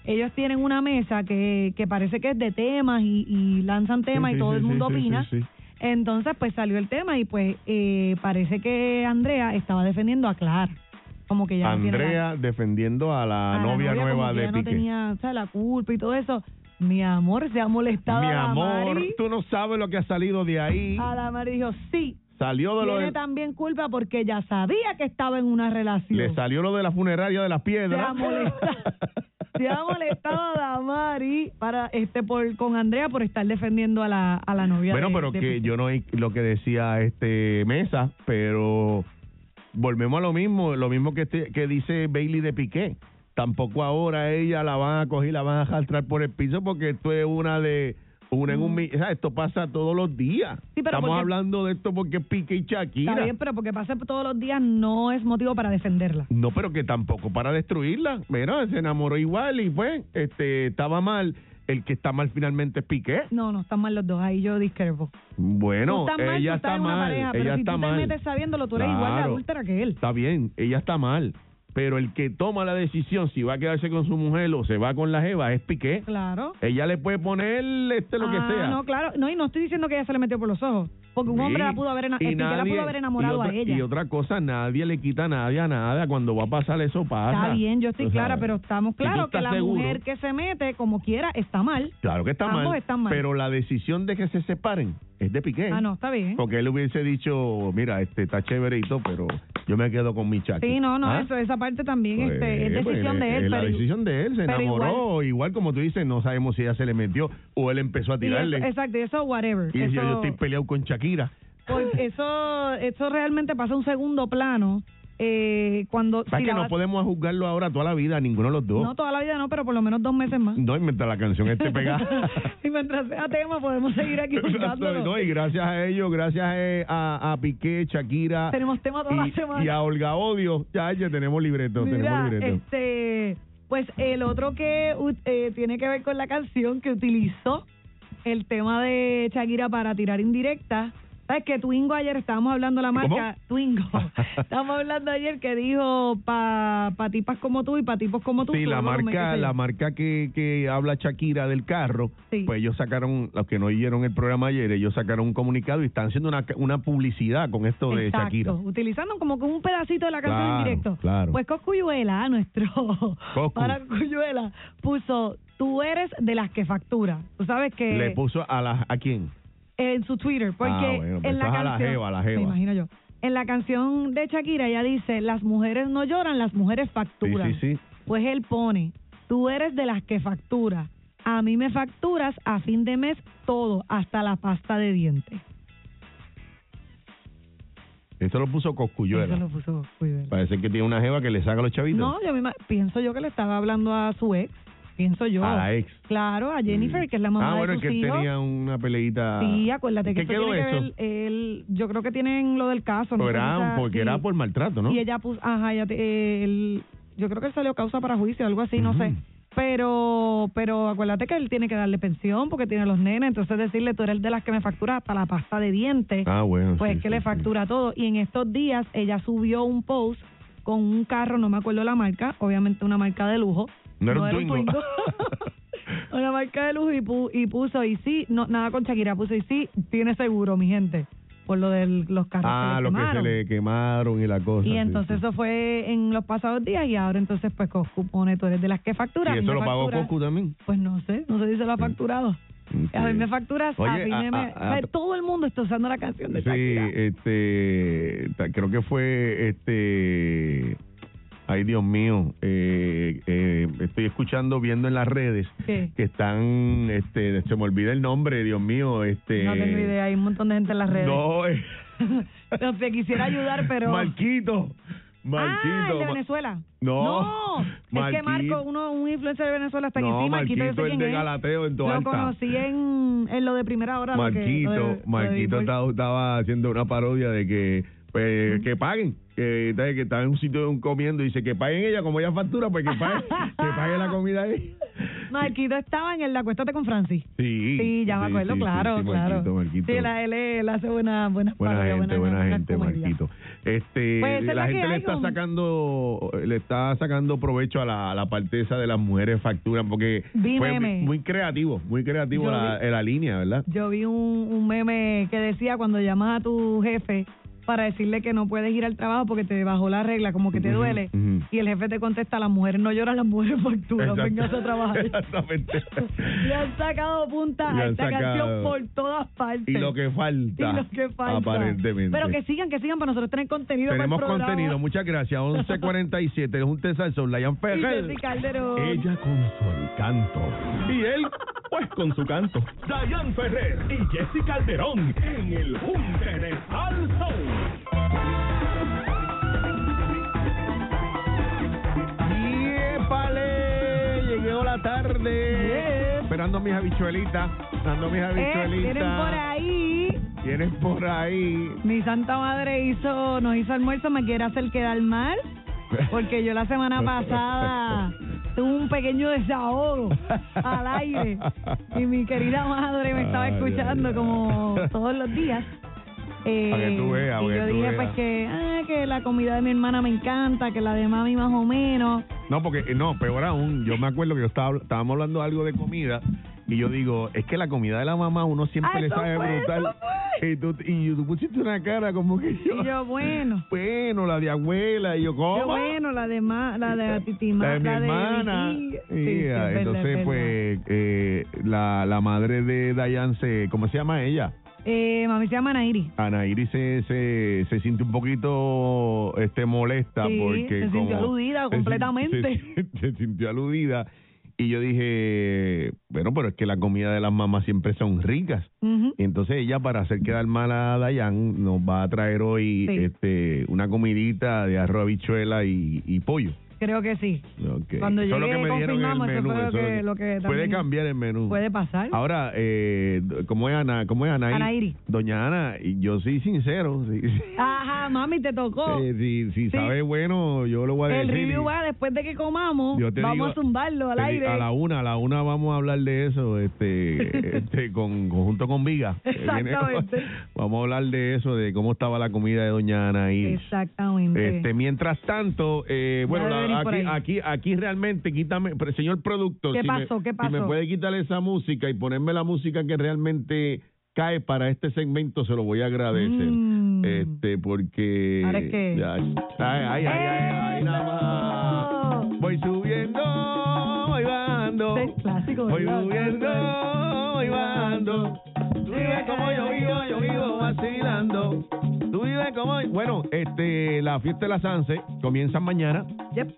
C: ellos tienen una mesa que, que parece que es de temas y, y lanzan temas y
B: Sí, sí,
C: todo
B: sí,
C: el mundo
B: sí, sí,
C: opina.
B: sí, sí.
C: Entonces, pues salió el tema y pues eh, parece que Andrea estaba defendiendo a Clara. Como que ya no tiene la-
B: Andrea defendiendo a
C: a
B: la,
C: la
B: novia,
C: como
B: nueva
C: que
B: de
C: ya
B: Piqué.
C: No tenía o sea, la culpa y todo eso. Mi amor, se ha molestado
B: Mi
C: a la
B: amor,
C: Mari.
B: tú no sabes lo que ha salido de ahí.
C: A la Mari dijo, sí,
B: Salió de lo
C: tiene
B: de-
C: también culpa porque ya sabía que estaba en una relación.
B: le salió lo de la funeraria de
C: se ha
B: las piedras.
C: molestado. demasiado molestaba a Damari para, este, por, con Andrea por estar defendiendo a la, a la novia.
B: Bueno,
C: de-
B: pero
C: de
B: que
C: Piqué.
B: yo no oí lo que decía este Mesa, pero volvemos a lo mismo, lo mismo que, este- que dice Bailey de Piqué. Tampoco ahora ella la van a coger, y la van a arrastrar por el piso porque esto es una de una en un, mi- o sea, esto pasa todos los días.
C: Mm. Sí, pero
B: Estamos
C: porque-
B: hablando de esto porque es Piqué y Shakira.
C: Está bien, pero porque pasa todos los días no es motivo para defenderla.
B: No, pero que tampoco para destruirla. Mira, se enamoró igual y fue, este, estaba mal. El que está mal finalmente es Piqué.
C: No, no, están mal los dos. Ahí yo discrepo.
B: Bueno,
C: tú estás mal,
B: ella
C: tú estás
B: está
C: en una
B: mal,
C: pareja, pero
B: ella
C: si
B: está
C: tú
B: mal.
C: te metes sabiéndolo, tú eres igual de
B: Claro.
C: adúltera que él.
B: Está bien, ella está mal, pero el que toma la decisión si va a quedarse con su mujer o se va con la jeva es Piqué.
C: Claro.
B: Ella le puede poner este lo que
C: Ah,
B: sea.
C: No, claro. No, y no estoy diciendo que ella se le metió por los ojos. Porque un
B: Sí,
C: hombre la pudo haber, ena-
B: y
C: este, que la
B: nadie-
C: pudo haber enamorado
B: y otra-
C: a ella.
B: Y otra cosa, nadie le quita a nadie a nada. Cuando va a pasar eso pasa.
C: Está bien, yo estoy
B: Tú
C: clara,
B: sabes.
C: pero estamos
B: Si tú
C: claros que
B: estás
C: la
B: seguro,
C: mujer que se mete, como quiera, está mal.
B: Claro que está
C: ambos
B: mal,
C: están mal.
B: pero la decisión de que se separen es de Piqué.
C: Ah, no, está bien.
B: Porque él hubiese dicho, mira, este está chéverito, pero yo me quedo con mi chaco.
C: Sí, no, no,
B: ¿Ah?
C: eso, esa parte también
B: Pues,
C: este, es
B: pues,
C: decisión de él.
B: Es la
C: pero-
B: decisión de él, se
C: pero
B: enamoró, igual, como tú dices, no sabemos si ella se le metió o él empezó
C: y
B: a
C: eso-
B: tirarle.
C: exacto, y eso, whatever.
B: y
C: eso,
B: decía, yo estoy peleado con Shakira.
C: porque eso, eso realmente pasa a un segundo plano. Eh, cuando.
B: es
C: si
B: que
C: la
B: no
C: va-
B: podemos juzgarlo ahora toda la vida, ninguno de los dos.
C: No, toda la vida no, pero por lo menos dos meses más.
B: No, y mientras la canción esté pegada.
C: y mientras sea tema, podemos seguir aquí
B: Exacto,
C: buscándolo.
B: no, y gracias a ellos, gracias eh, a, a Piqué, Shakira
C: Tenemos tema toda la semana.
B: y, y a Olga Odio, ya, ya tenemos libreto,
C: Mira,
B: tenemos libreto.
C: este, pues el otro que ut- eh, tiene que ver con la canción que utilizó el tema de Shakira para tirar indirecta. ¿Sabes que Twingo ayer estábamos hablando de la marca Twingo? estábamos hablando ayer que dijo para pa tipas como tú y para tipos como tú.
B: Sí, la
C: solo con- qué
B: marca,
C: sé yo.
B: la marca que, que habla Shakira del carro,
C: Sí.
B: pues ellos sacaron, los que no oyeron el programa ayer, ellos sacaron un comunicado y están haciendo una, ca- una publicidad con esto de
C: Exacto,
B: Shakira.
C: utilizando como que un pedacito de la canción
B: Claro,
C: en directo.
B: claro.
C: Pues Coscuyuela, nuestro
B: Coscu.
C: para Coscuyuela, puso, tú eres de las que factura. Tú sabes que...
B: Le puso a la, ¿a quién?
C: en su Twitter, porque
B: Ah, bueno, pues
C: en la
B: eso es a
C: canción,
B: la jeva, a la jeva.
C: me imagino yo, en la canción de Shakira ella dice, las mujeres no lloran, las mujeres facturan.
B: Sí, sí, sí.
C: Pues él pone, tú eres de las que factura, a mí me facturas a fin de mes todo, hasta la pasta de dientes.
B: Eso lo puso Coscuyuela.
C: Eso lo puso Cuidel.
B: Parece que tiene una jeva que le saca los chavitos.
C: No, yo misma, pienso yo que le estaba hablando a su ex, pienso yo.
B: A la ex.
C: Claro, a Jennifer,
B: Mm.
C: que es la mamá
B: Ah, bueno,
C: de
B: es
C: sus
B: que él
C: hijos.
B: tenía una peleita.
C: Sí, acuérdate que esto
B: ¿Qué quedó
C: tiene que
B: eso?
C: ver, eh, él- yo creo que tienen lo del caso. no sé si
B: Pero era-
C: sea-
B: porque
C: sí.
B: era por maltrato, ¿no?
C: Y ella puso, ajá, ella te- él- yo creo que salió causa para juicio, algo así, no
B: Ujú.
C: sé. Pero, pero acuérdate que él tiene que darle pensión porque tiene a los nenes, entonces decirle, tú eres de las que me factura hasta la pasta de dientes,
B: Ah, bueno.
C: pues
B: sí,
C: es que
B: sí,
C: le
B: sí.
C: factura todo. Y en estos días ella subió un post con un carro, no me acuerdo la marca, obviamente una marca de lujo.
B: No era un Twingo.
C: una marca de lujo y, pu- y puso, y sí, no, nada con Shakira, puso, y sí, tiene seguro, mi gente, por lo de los carros
B: Ah,
C: que le
B: lo que se
C: quemaron.
B: le quemaron y la cosa.
C: Y
B: sí,
C: entonces
B: sí.
C: eso fue en los pasados días y ahora entonces pues Coscu pone, tú eres de las que facturan.
B: ¿Y eso lo pagó
C: factura,
B: Coscu también?
C: Pues no sé, no sé si se lo ha facturado. A mí
B: Sí.
C: me facturas, a
B: Oye,
C: mí me...
B: a- a-
C: o sea, todo el mundo está usando la canción de
B: Sí,
C: Shakira.
B: este, ta- creo que fue este, ay Dios mío, eh, eh, estoy escuchando, viendo en las redes
C: ¿Qué?
B: que están, este, se me olvida el nombre, Dios mío, este.
C: No tengo idea, hay un montón de gente en las redes.
B: No, eh.
C: No sé, quisiera ayudar, pero...
B: Marquito, Marquito.
C: ah, el de
B: Ma-
C: Venezuela.
B: No,
C: No, es que
B: Marquito.
C: Marco, uno, un influencer de Venezuela está aquí.
B: No,
C: sí, Marquito, yo sé
B: Marquito, el
C: quién
B: de
C: es.
B: Galateo en Toalta.
C: Lo conocí en, en lo de primera hora. lo que-
B: Marquito,
C: lo de- lo de
B: Marquito
C: béisbol.
B: estaba, estaba haciendo una parodia de que pues que paguen, que, ¿sabes? que está en un sitio de un comiendo y dice que paguen ella como ella factura, pues que pague, que pague la comida ahí.
C: Marquito estaba en el Acuéstate con Francis.
B: Sí,
C: Sí, ya me
B: sí,
C: acuerdo,
B: sí, sí,
C: claro,
B: sí,
C: claro.
B: Marquito, Marquito.
C: Sí, la, él, él hace buena, buenas
B: Buena
C: parodias,
B: gente, buena,
C: buenas
B: gente,
C: comedias.
B: Marquito. Este,
C: Pues esa es la
B: la
C: que
B: gente le
C: hay
B: está
C: con-
B: sacando, le está sacando provecho a la, a la parte esa de las mujeres facturan, porque
C: Vi
B: fue
C: meme.
B: muy creativo, muy creativo
C: Yo
B: la,
C: vi.
B: la línea, ¿verdad?
C: Yo vi un, un meme que decía cuando llamas a tu jefe para decirle que no puedes ir al trabajo porque te bajó la regla, como que te
B: Ujú,
C: duele.
B: ujú.
C: Y el jefe te contesta, las mujeres no lloran, las mujeres facturan,
B: Exacto.
C: vengas a trabajar.
B: Exactamente.
C: Le han sacado punta
B: Le
C: a
B: han
C: esta
B: sacado.
C: canción por todas partes.
B: Y lo que falta.
C: Y lo que falta.
B: Aparentemente.
C: Pero que sigan, que sigan para nosotros tener contenido para el
B: Tenemos
C: programa.
B: contenido, muchas gracias. 1147, es un Tesal Sol, Lion
C: Y
B: Ferrer.
C: Jessy Calderón.
A: Ella con su encanto. Y él, pues con su canto. Dayan Ferrer y Jesse Calderón en el Junte de Sal Soul.
B: ¡Yépale! Llegó la tarde. Esperando mis habichuelitas. Esperando mis
C: Eh, tienen por
B: habichuelitas.
C: ahí.
B: Tienes por ahí.
C: Mi santa madre hizo, nos hizo almuerzo, me quiere hacer quedar mal, porque yo la semana pasada tuve un pequeño desahogo al aire y mi querida madre me estaba
B: Ay,
C: escuchando
B: ay, ay.
C: como todos los días. Eh,
B: Para que tú veas,
C: y
B: para
C: yo
B: que tú
C: dije
B: veas.
C: pues que, ah, que la comida de mi hermana me encanta, que la de mami más o menos.
B: No, porque, eh, no, peor aún, yo me acuerdo que yo estaba, estábamos hablando algo de comida y yo digo, es que la comida de la mamá uno siempre
C: Ah,
B: le
C: eso
B: sabe
C: fue,
B: brutal.
C: eso fue.
B: Y tú, y tú pusiste una cara como que yo,
C: Y yo, bueno,
B: bueno, la de abuela, y yo,
C: yo,
B: ¿cómo?
C: bueno, la de ma, la de Titi
B: la de mi
C: la de
B: hermana.
C: Vicky.
B: Y,
C: Sí, sí, es
B: ah,
C: verdad, es
B: entonces,
C: verdad.
B: pues, eh, la, la madre de Dayan se, ¿cómo se llama ella?
C: Eh, mami se llama Nairi.
B: Ana Iris se, se, se siente un poquito este molesta
C: Sí,
B: porque
C: se
B: como-
C: sintió aludida
B: se sin-
C: completamente.
B: se, se sintió aludida y yo dije bueno pero es que la comida de las mamás siempre son ricas
C: Ujú.
B: y entonces ella para hacer quedar mal a Dayan nos va a traer hoy
C: Sí.
B: este una comidita de arroz habichuela y, y pollo
C: Creo que sí.
B: Ok.
C: Cuando
B: Eso es lo que
C: llegue,
B: me dieron en el
C: confirmamos, eso
B: menú,
C: fue lo
B: eso es
C: que- lo que
B: puede
C: también
B: cambiar el menú
C: Puede pasar.
B: Ahora, eh, ¿cómo es Ana? ¿Cómo es Anaí?
C: Anaíri.
B: Doña Ana, y yo soy sincero. Sí,
C: Ajá, mami, te tocó.
B: Eh, si, si
C: Ah, Sí.
B: sabe bueno, yo lo voy a
C: El
B: decir.
C: review
B: y-
C: va después de que comamos.
B: yo te
C: Vamos
B: digo-
C: a zumbarlo al
B: te di-
C: aire.
B: A la una, a la una vamos a hablar de eso, este, este con junto con Viga. que viene-
C: Exactamente.
B: vamos a hablar de eso, de cómo estaba la comida de Doña Anaí.
C: Exactamente.
B: Este, mientras tanto, eh, bueno,
C: Debe
B: la-
C: venir por
B: aquí,
C: ahí.
B: aquí, aquí realmente quítame, pero, señor productor,
C: ¿Qué
B: si,
C: pasó?
B: me,
C: ¿Qué
B: si
C: pasó?
B: me puede quitar esa música y ponerme la música que realmente cae para este segmento, se lo voy a agradecer.
C: Mm.
B: Este, porque...
C: Ahora es que-
B: Ya, ay, ay, ay, ay, ay, nada más. Voy subiendo, voy bajando.
C: Este es clásico,
B: Voy
C: ¿verdad?
B: subiendo, voy bajando. Tú vives como yo vivo, yo vivo vacilando. Tú vives como... Bueno, este, la fiesta de la Sanse comienza mañana.
C: Yep,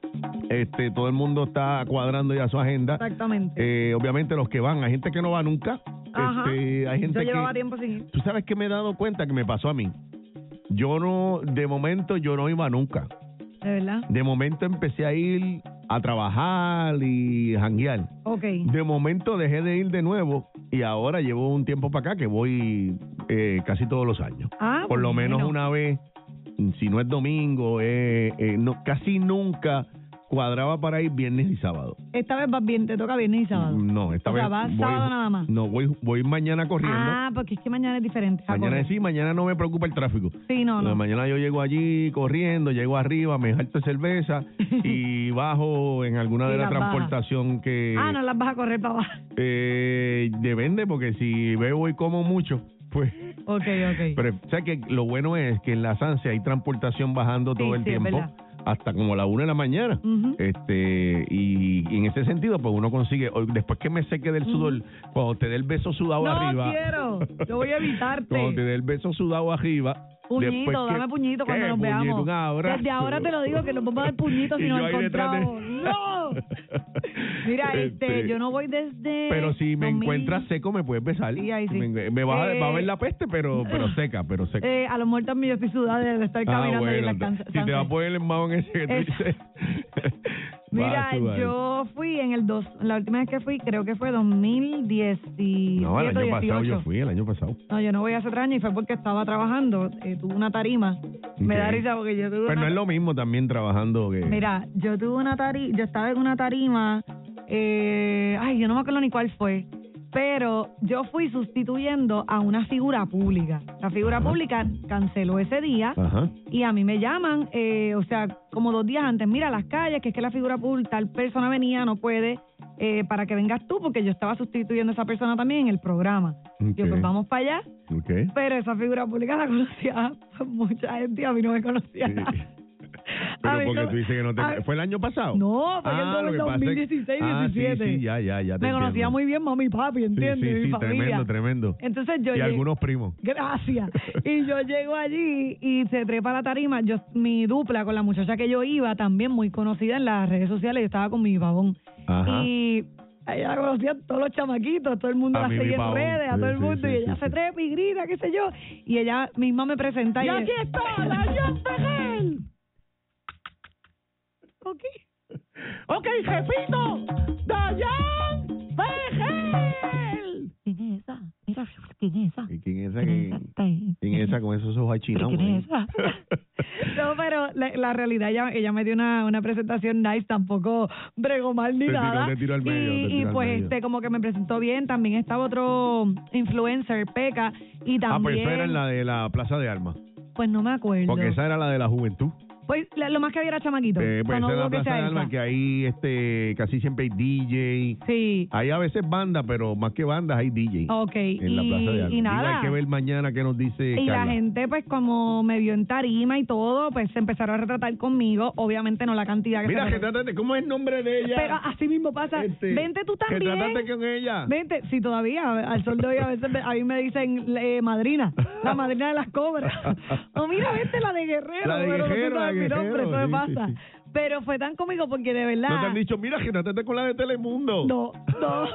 B: Este, todo el mundo está cuadrando ya su agenda.
C: exactamente.
B: Eh, obviamente los que van, hay gente que no va nunca.
C: Ajá.
B: Este, hay gente
C: Yo llevaba
B: que...
C: tiempo sin ir.
B: Tú sabes que me he dado cuenta que me pasó a mí. Yo no, de momento yo no iba nunca.
C: De verdad.
B: De momento empecé a ir a trabajar y janguear.
C: Ok.
B: De momento dejé de ir de nuevo y ahora llevo un tiempo para acá que voy eh, casi todos los años.
C: Ah,
B: Por lo menos
C: bueno.
B: una vez, si no es domingo, eh, eh, no, casi nunca cuadraba para ir viernes y sábado.
C: Esta vez vas bien, te toca viernes y sábado.
B: No, esta
C: O sea,
B: vez
C: vas
B: voy,
C: sábado nada más.
B: No, voy, voy mañana corriendo.
C: Ah, porque es que mañana es diferente. Ah,
B: mañana
C: correcto.
B: sí, mañana no me preocupa el tráfico. Eh,
C: Sí, no, no.
B: Mañana yo llego allí corriendo, llego arriba, me jalto cerveza y bajo en alguna de
C: Y
B: la
C: las bajas.
B: transportación que
C: Ah, no las vas a correr para abajo.
B: eh, depende porque si bebo y como mucho, pues
C: Ok, ok.
B: pero o sea que lo bueno es que en la Sanse hay transportación bajando
C: Sí,
B: todo el
C: sí, es
B: tiempo
C: verdad.
B: hasta como la una de la mañana.
C: Ujú.
B: Este y, y en ese sentido pues uno consigue o- después que me seque del sudor, cuando te dé el beso sudado
C: no
B: arriba.
C: quiero. Yo voy a
B: Cuando te
C: evitarte.
B: dé el beso sudado arriba. después
C: Puñito,
B: que-
C: dame puñito cuando
B: ¿Qué
C: nos
B: puñito?
C: veamos.
B: Un abrazo.
C: Desde ahora te lo digo que nos vamos a dar puñitos si
B: Y
C: nos
B: yo ahí detrás de-
C: encontramos. ¡No! Mira, este, yo no voy desde.
B: Pero si me
C: 2000.
B: encuentras seco, me puedes besar.
C: Sí, ahí sí.
B: Me, me va, a-
C: Eh,
B: va a ver la peste, pero pero seca, pero seca.
C: Eh, a lo mejor también yo estoy sudada de estar caminando ahí en la
B: ta-
C: cansa-
B: Ah, si te va a
C: cansa.
B: poner el mao en ese que tú
C: Eh,
B: dices. vas
C: Mira,
B: a sudar.
C: yo fui en el dos, la última vez que fui, creo que fue 2017
B: No, el año
C: 18.
B: pasado yo fui, el año pasado.
C: No, yo no voy hace tres años y fue porque estaba trabajando, eh, tuve una tarima. Me
B: Ok.
C: da risa porque yo tuve
B: Pero
C: una
B: no es lo mismo también trabajando que...
C: Mira, yo tuve una tarima, yo estaba en una tarima, eh, ay, yo no me acuerdo ni cuál fue, pero yo fui sustituyendo a una figura pública. La figura pública canceló ese día
B: Ajá.
C: y a mí me llaman, eh, o sea, como dos días antes, mira las calles, que es que la figura pública, tal persona venía, no puede, eh, para que vengas tú, porque yo estaba sustituyendo a esa persona también en el programa. Yo,
B: Ok.
C: pues vamos para allá,
B: Ok.
C: pero esa figura pública la conocía mucha gente, a mí no me conocía.
B: Sí.
C: A
B: Pero
C: mí
B: porque
C: no-
B: tú dices que no
C: a-
B: te... ¿Fue el año pasado?
C: No, fue
B: Ah,
C: en
B: lo
C: el
B: que pasa es-
C: 2016,
B: Ah, sí,
C: 17.
B: sí, ya, ya, ya te
C: me conocía
B: entiendo.
C: muy bien mami y papi, ¿entiendes?
B: Sí, sí,
C: Mi
B: sí,
C: familia.
B: tremendo, tremendo.
C: Entonces yo
B: y
C: llegué-
B: algunos primos.
C: Gracias. Y yo llego allí y se trepa la tarima. Yo, mi dupla con la muchacha que yo iba, también muy conocida en las redes sociales, yo estaba con mi babón.
B: Ajá.
C: Y a ella la conocían todos los chamaquitos, todo el mundo
B: A
C: la
B: mí, mi
C: seguía en
B: babón.
C: redes, a
B: Sí,
C: todo el
B: sí,
C: mundo,
B: sí,
C: y ella
B: sí,
C: se
B: sí.
C: trepa y grita, qué sé yo. Y ella misma me presenta.
G: Y
C: Y
G: aquí está la llanta gel.
C: Ok.
G: Ok, jefito. Dayan Fejel.
C: ¿Quién es esa? Mira, ¿quién es esa?
B: ¿Y quién es esa? que- ¿Quién es esa con esos ojos achinados?
C: ¿Quién es
B: güey?
C: No, pues pero la, la realidad, ella, ella me dio una, una presentación nice, tampoco bregó mal ni
B: Te tiró-
C: nada.
B: te tiró al
C: Y-
B: medio, te
C: y,
B: tiró al
C: pues
B: medio.
C: este como que me presentó bien, también estaba otro influencer, Peca, y también...
B: Ah, pues esa era en la de la Plaza de Armas.
C: pues no me acuerdo.
B: Porque esa era la de la juventud.
C: Pues la- lo más que había era chamaquito.
B: Eh, pues
C: Ah, no
B: esa es la
C: dudo que
B: Plaza de
C: sea
B: Armas
C: esa.
B: que ahí este, casi siempre hay DJ.
C: Sí,
B: Hay a veces bandas, pero más que bandas hay DJ.
C: ok.
B: En la
C: y,
B: Plaza de Armas.
C: y
B: Digo,
C: nada.
B: hay que ver mañana qué nos dice
C: Y
B: Carla.
C: la gente, pues, como me vio en tarima y todo, pues se empezaron a retratar conmigo. Obviamente, no la cantidad que
B: Mira,
C: se
B: que trátate, ¿cómo es el nombre de ella?
C: Pero ah, así mismo pasa.
B: Este,
C: Vente tú
B: Que
C: también.
B: trátate con ella.
C: Vente, sí, todavía, al sol de hoy a veces me- a mí me dicen eh, madrina, la madrina de las cobras. O mira, vente la de Guerrero,
B: La de
C: bueno, no
B: Guerrero,
C: tú
B: la
C: sabes
B: de
C: mi nombre,
B: Guerrero,
C: eso me
B: sí, sí,
C: pasa.
B: sí.
C: Pero fue tan cómico porque de verdad...
B: No te han dicho, mira, que trátate con la de Telemundo.
C: No, no.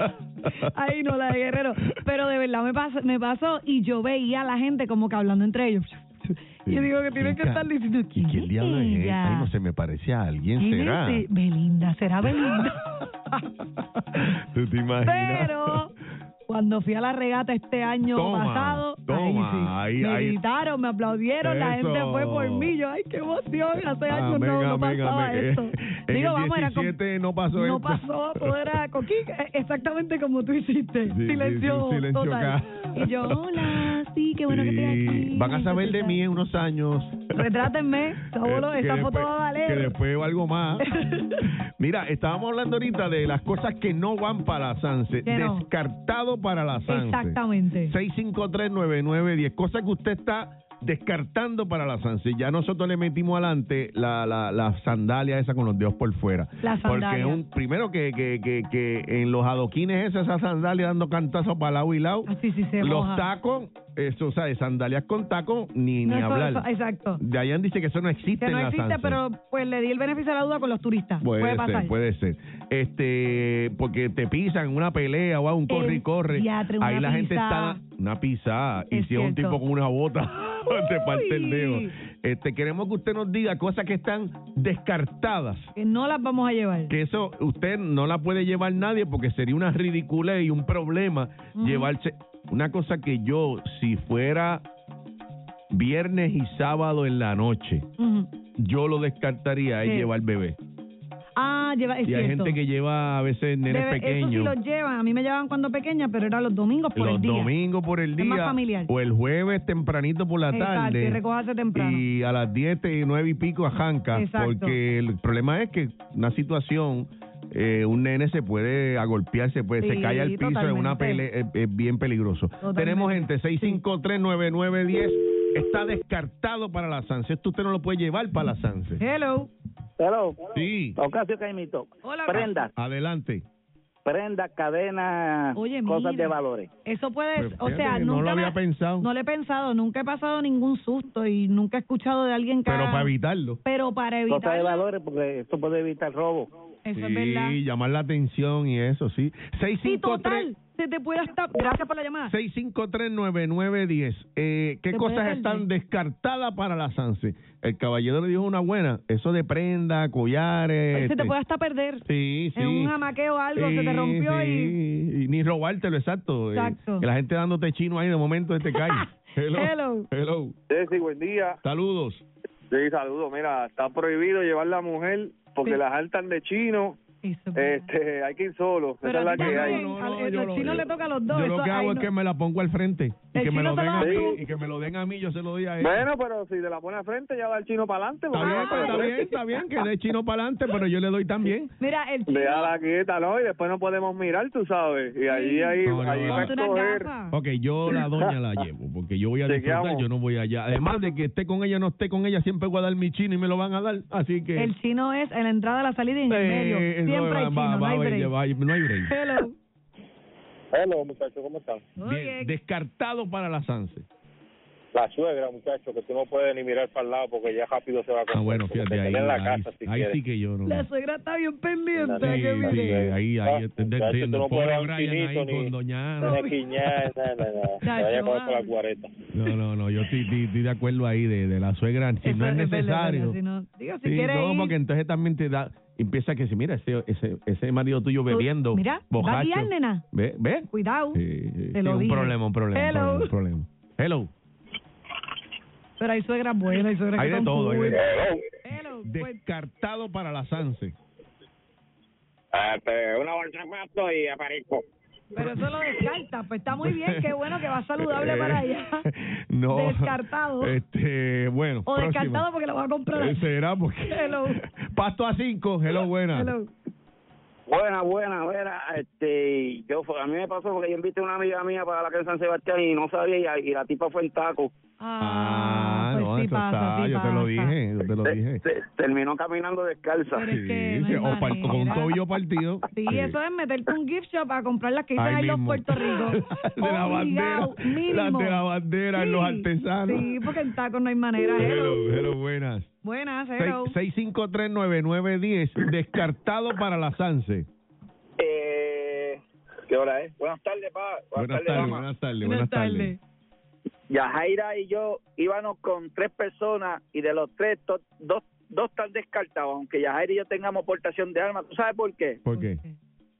C: Ahí no, la de Guerrero. Pero de verdad me pasó, me pasó y yo veía a la gente como que hablando entre ellos. Y yo digo que tienen que estar diciendo,
B: ¿Y
C: ¿quién,
B: quién diablo es él?
C: ella?
B: Ay, no se me parece a alguien,
C: ¿Quién es
B: ¿será?
C: ese? Belinda, ¿será Belinda?
B: ¿Tú te imaginas?
C: Pero cuando fui a la regata este año
B: Toma,
C: pasado,
B: toma,
C: ahí
B: ahí-
C: sí, me
B: ahí-
C: gritaron, me aplaudieron, la
B: Eso.
C: gente fue por mí, yo, ay, qué emoción, hace años no,
B: Amén,
C: no
B: amén,
C: pasaba
B: amén. Eh,
C: esto.
B: En
C: Digo,
B: el
C: vamos, era como-
B: 17 no pasó
C: no
B: esto.
C: pasó, todo era coquí, eh, exactamente como tú hiciste,
B: Sí, sí, sí,
C: silencio,
B: un silencio
C: total.
B: acá.
C: Y yo, hola, sí, qué bueno que estés
B: Sí,
C: aquí.
B: Van a saber de
C: etcétera.
B: mí en unos años.
C: Retrátenme, sabolo,
B: Eh, que
C: esta foto
B: después-
C: va a
B: Que
C: valer.
B: después algo más. Mira, estábamos hablando ahorita de las cosas que no van para la Sanse.
C: Que no.
B: Descartado para la Sanse.
C: Exactamente.
B: 6539910. Cosas que usted está descartando para la Sanse. Ya nosotros le metimos adelante la, la, la sandalia esa con los dedos por fuera.
C: La
B: Porque
C: sandalia.
B: un, primero que, que, que, que en los adoquines esas, esa sandalia dando cantazos para lado y lado.
C: Así sí se
B: Los
C: moja.
B: tacos, eso, o sea, de sandalias con tacos, ni,
C: No,
B: ni
C: eso-
B: hablar.
C: eso- exacto.
B: Dayan dice que eso no
C: Que
B: existe en
C: no
B: la
C: existe,
B: Sanse.
C: pero pues le di el beneficio de la duda con los turistas.
B: Puede,
C: Puede
B: ser,
C: pasar.
B: puede ser. Este, porque te pisan en una pelea o a un corre y
C: El
B: corre.
C: diatre, una
B: Ahí la gente
C: pisada.
B: está una pisada y
C: Es
B: si es un
C: cierto.
B: tipo con una bota te parte el dedo.
C: Uy.
B: Este, queremos que usted nos diga cosas que están descartadas.
C: Que no las vamos a llevar.
B: Que eso usted no la puede llevar nadie porque sería una ridícula y un problema
C: Ujú.
B: llevarse una cosa que yo si fuera viernes y sábado en la noche
C: Ujú.
B: yo lo descartaría es
C: Sí.
B: llevar bebé.
C: Ah, lleva, es
B: y hay
C: cierto.
B: gente que lleva a veces nenes
C: Debe- Eso sí
B: pequeños.
C: los llevan. A mí me llevaban cuando pequeña, pero era los domingos por
B: los
C: el día.
B: domingos por el
C: Es más
B: día
C: familiar.
B: o el jueves tempranito por la
C: Exacto,
B: tarde
C: y recójase temprano.
B: y a las 10 y 9 y pico a Janca
C: Exacto.
B: porque el problema es que una situación eh, un nene se puede agolpear se puede se
C: Sí,
B: cae al piso es una
C: totalmente.
B: pelea es, es bien peligroso
C: Totalmente.
B: tenemos gente 6539910 está descartado para la Sanse esto usted no lo puede llevar para la Sanse
C: Hello.
I: Pero,
B: sí
I: Ocasio Caimito,
C: Hola.
I: prenda,
B: adelante
I: prenda, cadena,
C: Oye,
I: cosas
C: mira.
I: de valores.
C: Eso puede,
B: Pues
C: o
B: fíjate
C: sea,
B: que no
C: nunca
B: lo había
C: me-
B: pensado.
C: No lo he pensado, nunca he pasado ningún susto y nunca he escuchado de alguien que
B: pero
C: ha-
B: para evitarlo
C: pero para
I: Cosas de
C: evitar
I: valores porque esto puede evitar robo.
C: eso
B: sí,
C: es verdad.
B: llamar la atención y eso, sí.
C: Sí,
B: 653
C: total, se te puede hasta Gracias por la llamada.
B: 6539910. Eh, ¿Qué
C: Te
B: cosas
C: puedes
B: están
C: perder.
B: descartadas para la Sanse? El caballero le dijo una buena, eso de prenda, collares.
C: se te
B: este-
C: puede hasta perder.
B: Sí, sí.
C: en un jamaqueo o algo, se te
B: Sí,
C: rompió y
B: sí, y ni robártelo, exacto. Eh,
C: Exacto.
B: que la gente dándote chino ahí de momento este cae. Hello.
C: Hello.
B: Hello.
E: Jessy, buen día.
B: Saludos.
E: Sí, saludo. Mira, está prohibido llevar la mujer porque
C: Sí.
E: las altan de chino
C: Eso es verdad.
J: Este, hay que ir solo. Esa
C: Pero
J: es la
C: a ti
J: que hay.
C: también, al- el
B: yo lo-
C: chino le toca a los dos.
B: Yo lo
C: eso
B: que
C: ahí
B: hago es
C: no-
B: que me la pongo al frente y
C: El
B: que me
C: chino
B: lo
C: te
B: den
C: lo
B: a
C: hace
B: mí
C: tú.
B: y que me lo den a mí, yo se lo doy a él.
J: Bueno, pero si de la pone al frente ya va el chino para adelante.
C: Ah,
B: Está bien, pues, está
C: pues.
B: bien, está bien, que de chino para adelante, pero yo le doy también.
C: Mira, el chino.
J: Déjala quieta, ¿no? Y después no podemos mirar, tú sabes. Y ahí, ahí,
B: No, no,
J: ahí
B: no.
J: va a
C: Ponte unas
J: escoger.
C: gafas.
B: Ok, yo la doña la llevo, porque yo voy a disfrutar,
J: Chequeamos.
B: yo no voy allá. Además de que esté con ella o no esté con ella, siempre voy a dar mi chino y me lo van a dar, así que...
C: El chino es en la entrada, la salida y en el medio.
B: Eh, eso
C: Siempre hay
B: va-
C: chino,
B: va-
C: no hay
B: va-
C: break.
B: va- no hay break.
C: Hello.
F: Hello, muchachos, ¿cómo están?
C: Oye,
B: Bien, descartado para la Sanse.
F: La suegra, muchachos, que tú no puedes ni mirar para el lado porque ya rápido se va a
B: Ah, bueno,
F: porque
B: fíjate,
F: te
B: ahí,
F: queda en la
B: ahí-
F: casa si
B: ahí
F: quieres.
B: sí que yo no...
C: la suegra está bien pendiente.
F: Sí,
C: que
B: Sí,
C: mire.
B: sí, ahí, ahí,
F: Ah,
B: de- de-
F: muchacho,
B: de-
F: tú no
B: pobre
F: puedes dar
B: Brian ahí
F: chinito ni-
B: con Doñana.
F: Una quiñada, esa, la- la-
C: Chacho,
F: te vaya a comer por la
C: vale.
F: cuareta.
B: No, no, no, yo estoy, estoy- estoy de acuerdo ahí de, de la suegra, si
C: Eso
B: no es
C: verdad,
B: necesario.
C: verdad, si no- digo, si
B: Sí,
C: quieres
B: no,
C: ir,
B: porque entonces también te da, empieza que si mira, ese, ese, ese marido tuyo
C: tú-
B: bebiendo,
C: Mira,
B: borracho.
C: va a guiar, nena.
B: ¿Ve? ¿Ve?
C: Cuidado.
B: Sí, sí,
C: Te lo
B: sí, un
C: dije.
B: problema, un problema,
C: Hello.
B: un problema. un problema. Hello.
C: Pero hay suegras buenas, hay suegras
B: Hay
C: que
B: de
C: son
B: todo, hay de
C: cool.
B: todo.
C: Hello, pues,
B: Descartado para la Sanse.
F: Este, una bolsa de pasto y aparezco.
C: pero eso lo descarta. Pues está muy bien, qué bueno que va saludable para allá.
B: Eh, no.
C: Descartado.
B: Este, bueno.
C: O
B: próximo.
C: descartado porque lo va a comprar.
B: Eh, Será porque.
C: Hello.
B: Pasto a cinco. Hello, buena.
C: Hello.
I: Buena, buena, buena. Este, yo, a mí me pasó porque yo invité a una amiga mía para la que de San Sebastián y no sabía y, y la tipa fue en taco.
B: Ah,
C: pues
B: no,
C: sí
B: eso
C: pasa,
B: está.
C: sí
B: yo te lo
C: pasa.
B: dije, yo te lo
E: Eh,
I: Te-
B: dije.
I: te- terminó caminando descalza.
C: Pero es que
B: Sí,
C: no hay
B: sí, o par-
C: manera.
B: con tobillo partido.
C: Sí, eso es meterte un gift shop a comprar las que dicen
B: Ahí
C: ahí los
B: mismo.
C: Puerto Rico.
B: De la bandera,
C: Obligado, mínimo.
B: las de la bandera, los artesanos.
C: Sí, porque en tacos no hay manera. Hello.
B: Hello, hello, buenas.
C: Buenas, hello.
B: 6539910, descartado para la Sanse.
F: Eh, ¿Qué hora es? Buenas tardes, pa.
B: Buenas tardes, buenas tardes, buenas tardes.
I: Yajaira y yo íbamos con tres personas y de los tres, to- dos, dos están descartados, aunque Yajaira y yo tengamos portación de armas. ¿Tú sabes por qué?
B: ¿Por qué?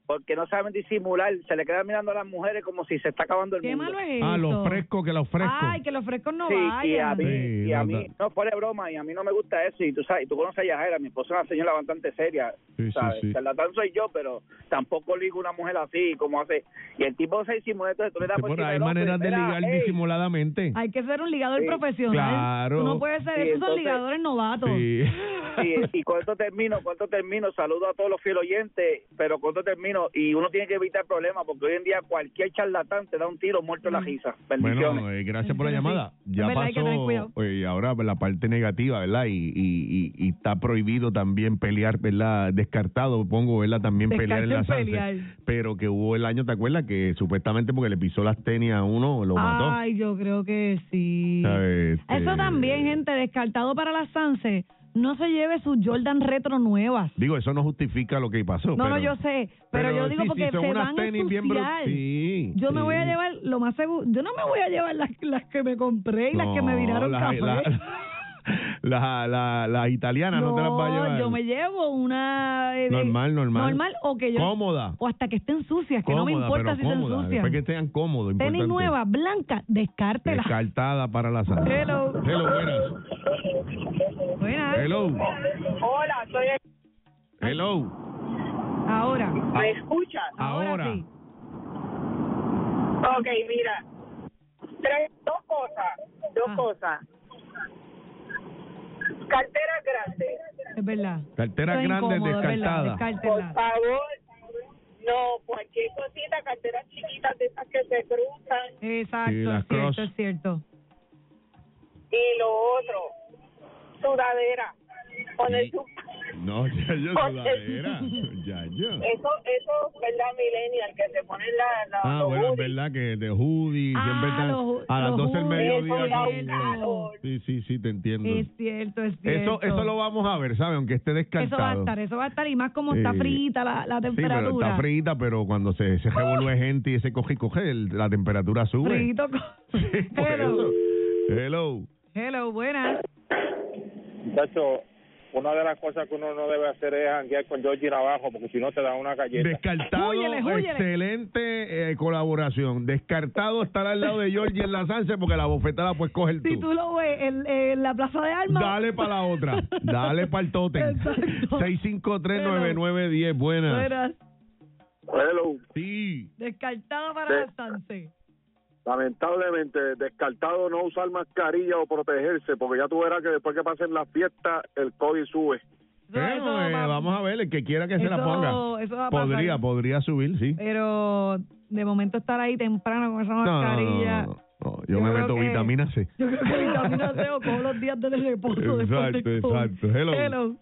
I: Porque no saben disimular, se le quedan mirando a las mujeres como si se está acabando el
C: Qué
I: mundo.
C: malo es eso.
B: Ah, los frescos, que los frescos.
C: Ay, que los frescos no
I: Sí, y a
C: vayan.
I: mí,
B: Sí,
I: y a
B: no,
I: mí,
B: no.
I: no, fuera de broma, y a mí no me gusta eso, y tú sabes, y tú conoces a Yajaira, mi esposa es una señora bastante seria,
B: Sí, sí,
I: ¿sabes?
B: sí.
I: Charlatán soy yo, pero tampoco ligo una mujer así, como hace, y el tipo se disimula, entonces tú le das
B: Sí,
I: por
B: bueno,
I: encima
B: hay
I: del hombre,
B: maneras de
I: mira,
B: ligar
I: ey,
B: disimuladamente.
C: Hay que ser un ligador
I: Sí,
C: profesional.
B: claro.
C: Tú no puedes ser,
I: Sí,
C: esos son
I: entonces-
C: ligadores novatos.
B: Sí.
I: Y, y con esto termino, con esto termino, saludo a todos los fieles oyentes, pero con esto termino, y uno tiene que evitar problemas, porque hoy en día cualquier charlatán te da un tiro muerto en la risa. Bendiciones.
B: Mm. Bueno, eh, gracias por la
C: Sí.
B: llamada. Ya
C: Es verdad, hay que tener cuidado.
B: pasó. oye, Y ahora la parte negativa, ¿verdad? Y, y, y, y está prohibido también pelear, ¿verdad? Descartado, pongo, ¿verdad? También pelear en la
C: Descarten
B: Sanse.
C: pelear.
B: Pero que hubo el año, ¿te acuerdas? Que supuestamente porque le pisó las tenis a uno, lo mató.
C: Ay, yo creo que sí.
B: ¿Sabes? Este,
C: Eso también, gente, descartado para la Sanse. No se lleve sus Jordan retro nuevas.
B: Digo, eso no justifica lo que pasó.
C: No,
B: pero,
C: no, yo sé, pero, yo digo
B: sí, sí,
C: porque
B: son
C: se
B: unas
C: van a
B: tenis bien bru-
C: ensuciar.
B: sí,
C: yo me
B: sí.
C: voy a llevar lo más seguro, yo no me voy a llevar las, las que me compré y las que me
B: No,
C: viraron
B: las-
C: café.
B: las- las- las- las italianas no, te las va a llevar.
C: yo me llevo una eh, de-
B: Normal, normal.
C: normal o que yo
B: Cómoda.
C: o hasta que estén sucias, que no me
B: Cómoda,
C: importa
B: pero
C: si
B: cómoda,
C: estén sucias.
B: Después que estén cómodos.
C: Tenis
B: importante.
C: nueva, blanca, descártela.
B: Descartada para la salud.
C: Hello.
B: Hello, buenas.
C: Buenas.
B: Hello.
D: Hola, soy
B: Hello.
C: Ahora,
D: ¿Me escuchas?
C: ahora,
B: Ah, Ahora.
C: sí.
D: Ok, mira. Tres, dos cosas. Dos
C: Ah.
D: cosas. Carteras grandes.
C: Es verdad.
B: Carteras
C: Eso es incómodo,
B: grandes
C: es verdad,
B: descartadas.
D: Por
C: descártela.
D: favor. No, cualquier cosita, carteras chiquitas de esas que se cruzan.
C: Exacto,
B: Sí, las
C: es cierto,
B: cross.
C: es cierto.
D: Y lo otro, sudadera. Poner
B: Sí.
D: su...
B: No, ya yo
D: Porque-
B: sudadera. Ya yo.
D: Eso, eso, ¿verdad, Millennial? Que se ponen la, la,
B: Ah,
D: los
B: bueno, es
D: hoodies.
B: verdad que de hoodie
C: Ah,
B: siempre están
C: los-
B: a las
C: los
B: 12 del
C: hoodies,
B: mediodía.
C: eso
B: con-
C: es cierto.
B: Sí, sí, sí, te entiendo.
C: Es cierto, es cierto.
B: Eso, eso lo vamos a ver, ¿sabe? Aunque esté
C: Eso va a
B: descartado.
C: estar, eso va a estar. Y más como está
B: Sí.
C: frita la, la
B: Sí, pero
C: temperatura. Ah.
B: está frita, pero cuando se, se revuelve gente y se coge y coge, el- la temperatura sube.
C: Frito con-
B: Sí, por
C: Hello.
B: eso. Hello.
C: Hello, buenas.
F: Muchacho, una de las cosas que uno no debe hacer es janguear con Georgie Navajo, porque si no te da una galleta.
B: Descartado,
F: Húyele, húyele.
B: excelente eh, colaboración. Descartado estar al lado de Georgie en la Sánchez porque la bofetada pues coge el
C: Si tú lo ves en, en la plaza de armas.
B: Dale para la otra. Dale para el tótem.
C: Exacto.
B: 6539910. Buenas.
C: Buenas.
E: Hello.
B: Sí.
C: Descartada para
B: Eh.
E: Sí.
C: la Sanse.
E: Lamentablemente, descartado no usar mascarilla o protegerse, porque ya tú verás que después que pasen las fiestas, el COVID sube.
B: Bueno, eh, vamos a ver, el que quiera que se la
C: Eso-
B: ponga.
C: eso va a pasar. Eh,
B: podría, podría subir, sí.
C: Pero de momento estar ahí temprano con esa
B: No, no, no,
C: mascarilla.
B: no, no. Yo, me meto
C: que-
B: vitamina C.
C: Yo creo que vitamina C o cojo los días del reposo. después del
B: Exacto,
C: COVID.
B: exacto. Hello.
C: Hello.
B: eh.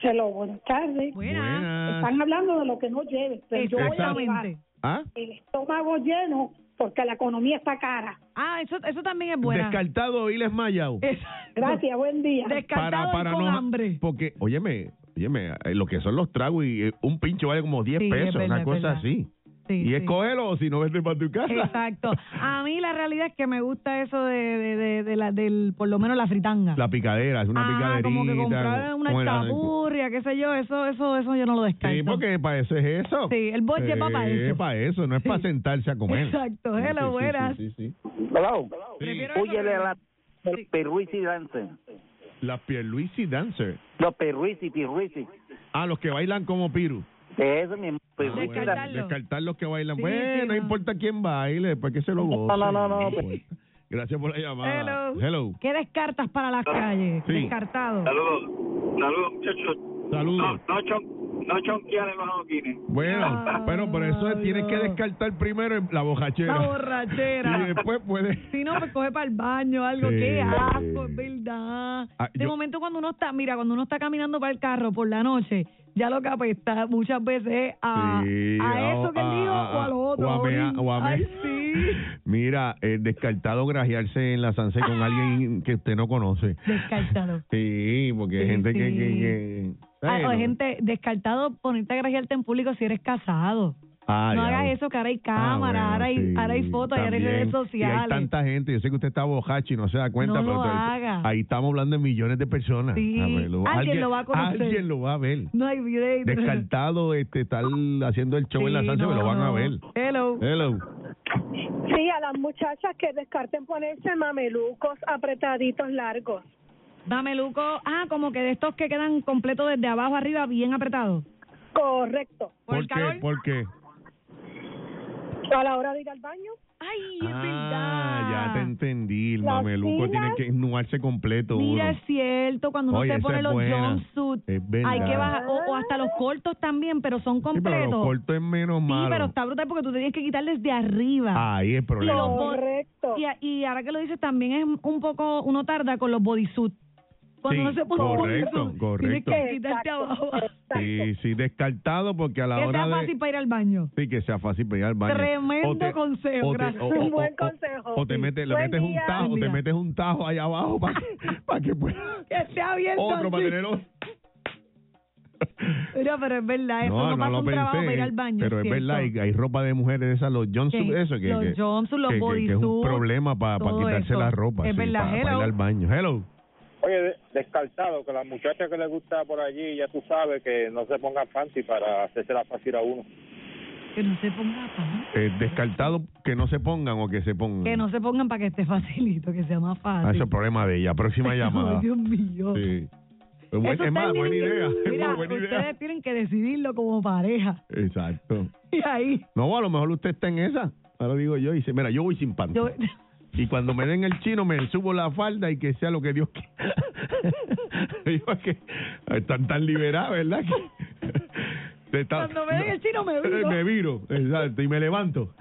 K: Chelo, buenas tardes.
B: Buenas.
K: Están hablando de lo que no lleves, pero yo voy a llevar
C: Exactamente.
B: ¿Ah?
K: el estómago lleno porque la economía está cara.
C: Ah, eso, eso también es buena.
B: Descartado Iles Mayao.
K: Gracias, buen día.
C: Descartado y con
B: no-
C: hambre.
B: Porque, óyeme, óyeme, eh, lo que son los tragos y eh, un pincho vale como 10
C: Sí, es
B: pesos,
C: verdad,
B: una
C: es
B: cosa
C: verdad.
B: así.
C: Sí,
B: y
C: sí.
B: escógelo o si no vete para tu casa.
C: Exacto. A mí la realidad es que me gusta eso de, de, de, de la, del, por lo menos la fritanga.
B: La picadera, es una
C: Ah,
B: picaderita.
C: como que comprar
B: con-
C: una
B: con el-
C: chaburria, qué sé yo, eso, eso, eso yo no lo descarto.
B: Sí, porque para eso es eso.
C: Sí, el boche va para eso.
B: para eso, no es para sentarse a comer.
C: Exacto, hello,
B: Sí, sí,
C: buenas.
B: Sí, sí, sí.
I: Hello.
C: Prefiero
I: Óyele la Perruisi Dance.
B: La Pierluisi Dancer.
I: Los Perruisi, Pierruisi.
B: Ah, los que bailan como Piru.
I: Eso mismo.
C: Pues
B: Ah, bueno, descartar los que bailan.
I: Sí,
B: bueno,
I: sí,
B: no,
I: no.
B: importa quién baile, pues que se lo goce.
I: no, no, no.
B: importa. Gracias por la llamada.
C: Hello. ¿Qué descartas para las calles?
B: Ah, Sí.
C: Descartado.
L: Saludos, saludos, muchachos.
B: Saludos.
L: No, no, chon, no chonquear en los adoquines.
B: Bueno,
C: Ah.
B: pero por eso tienes que descartar primero la bojachera.
C: La borrachera.
B: Y después puedes...
C: Si no, pues coge para el baño, algo.
B: Sí.
C: Qué asco, es verdad.
B: Ah,
C: de
B: yo-
C: momento, cuando uno está, mira, cuando uno está caminando para el carro por la noche, ya lo que apesta muchas veces es a,
B: Sí,
C: a
B: o-
C: eso que él
B: a-
C: dijo
B: a-
C: o a lo otro.
B: o a mea- o a mea.
C: Ay, sí.
B: Mira, eh, descartado grajearse en la Sanse con alguien que usted no conoce.
C: Ah. Descartado.
B: Sí, porque hay
C: Sí,
B: gente que...
C: sí.
B: que, que-
C: Ah, o
B: Bueno.
C: gente, descartado ponerte a grajearte en público si eres casado.
B: Ah,
C: no
B: ya.
C: hagas eso, que ahora hay
B: Ah,
C: cámara,
B: bueno,
C: ahora, hay,
B: sí,
C: ahora hay fotos, ahora hay
B: también.
C: redes sociales.
B: Y hay tanta gente, yo sé que usted está bojacho y no se da
C: No
B: cuenta, pero
C: lo
B: te-
C: haga.
B: ahí estamos hablando de millones de personas.
C: Sí,
B: A ver,
C: alguien lo va a conocer.
B: Alguien lo va a ver.
C: No hay video.
B: Descartado este estar haciendo el show en la
C: Sí,
B: salsa,
C: no,
B: pero lo van a
C: no.
B: ver. Eh.
C: Hello.
B: Hello.
M: Sí, a las muchachas que descarten ponerse mamelucos apretaditos largos.
C: Mameluco, ah, como que de estos que quedan completos desde abajo arriba, bien apretados.
M: Correcto.
C: Por el calor.
B: ¿Por qué?
M: A la hora de ir al baño.
C: Ay,
B: Ah, ya te entendí. El
C: Las
B: mameluco
C: filas-
B: tiene que innuarse completo.
C: Mira,
B: uno.
C: es cierto, cuando uno
B: Oye,
C: se
B: esa
C: pone
B: es
C: los
B: buena.
C: jumpsuits,
B: Es verdad.
C: hay que bajar, o, o hasta los cortos también, pero son
B: Sí,
C: completos.
B: pero lo corto es menos
C: Sí,
B: malo.
C: pero está brutal porque tú tenías que quitar desde arriba.
B: Ahí el
C: Y
B: problema.
C: los bo- Y, a- y ahora que lo dices, también es un poco, uno tarda con los bodysuit. Cuando
B: Sí,
C: uno se pone un
B: correcto,
C: bodysuit,
B: correcto.
C: tienes que quitarte abajo.
B: Sí, sí, descartado porque a la
C: Que
B: hora
C: sea
B: de...
C: fácil para ir al baño.
B: Sí, que sea fácil pegar al baño.
C: Tremendo
B: O te-
C: consejo,
B: o te-
C: gracias.
B: o- o-
C: Un
B: o-
C: buen
M: consejo.
B: O te metes, le
M: Buen
B: metes un
M: día.
B: tajo,
M: Buen
B: te
M: día.
B: metes un tajo allá abajo para que pueda.
C: Que esté abierto.
B: Otro para
C: así.
B: tener otro.
C: Mira, pero es verdad, eso no, pasa un trabajo para ir al baño.
B: pero es
C: cierto.
B: verdad, hay, hay ropa de mujeres esas, los jumpsuits,
C: Que-
B: eso que,
C: los
B: que,
C: jumpsuits, los
B: que- que- que es un
C: bodysuits,
B: problema para
C: todo
B: quitarse
C: eso.
B: la ropa,
C: Es
B: sí,
C: verdad,
B: para, para
C: hello.
B: ir al baño. Hello.
F: Oye, de- descartado, que las muchachas que les gusta por allí, ya tú sabes que no se pongan fancy para hacerse la fácil a uno.
C: Que no se ponga pan.
B: Eh, descartado que no se pongan o que se pongan.
C: Que no se pongan para que esté facilito, que sea más
B: Ah,
C: fácil.
B: eso es problema de ella. Próxima llamada.
C: Dios mío.
B: Sí. Es, buen-
C: Eso
B: es más,
C: ustedes
B: buena
C: tienen
B: idea.
C: que-
B: Es
C: Mira,
B: muy buena
C: ustedes
B: idea.
C: tienen que decidirlo como pareja.
B: Exacto.
C: Y ahí,
B: No, a lo mejor usted está en esa. Ahora digo yo, dice, mira, yo voy sin panty.
C: yo,
B: Y cuando me den el chino, me subo la falda y que sea lo que Dios quiera. Digo que están tan liberadas, ¿verdad? Que- te está-
C: Cuando me den el chino, me
B: Eh,
C: viro.
B: Me viro, exacto, y me levanto.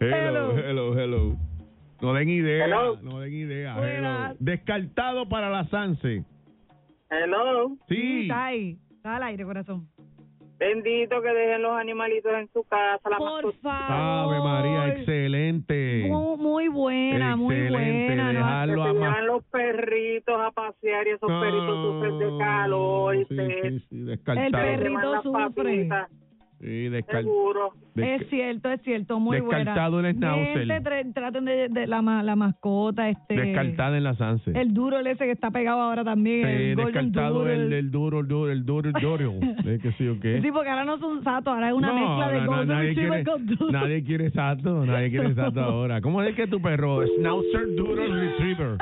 B: Hello, hello, hello. No den idea,
N: Hello.
B: no den idea.
C: Buenas.
B: hello. Descartado para la Sanse.
N: Hello.
B: Sí.
C: está ahí. Está al aire, corazón.
N: Bendito que dejen los animalitos en su casa. La Por
B: Ave María, excelente.
N: Mu-
C: Muy buena, muy
B: Excelente,
C: buena. ¿no? Este
B: dejarlo
N: que se
B: ama-
N: llevan los perritos a pasear y esos
B: No,
N: perritos sufren de calor. y
B: sí,
N: sed.
B: sí, sí, descartado.
N: Se van las papitas.
B: Sí, descar-
O: Seguro.
B: desca-
C: Es cierto, es cierto, muy buena.
B: Descartado el schnauzer.
C: Gente, tra- traten de, de la, ma- la mascota, este...
B: descartada en la Sanse.
C: El duro ese que está pegado ahora también.
B: Eh,
C: el Golden
B: descartado
C: Doodle.
B: el, el duro, el duro, el duro, el duro. Eh, qué sé yo qué.
C: Sí, porque ahora no son satos, ahora es una
B: No,
C: mezcla de
B: no, no,
C: Golden
B: nadie,
C: Retriever
B: quiere,
C: con Doodle.
B: nadie quiere sato, nadie quiere sato ahora. ¿Cómo es que tu perro? Schnauzer Doodle Retriever.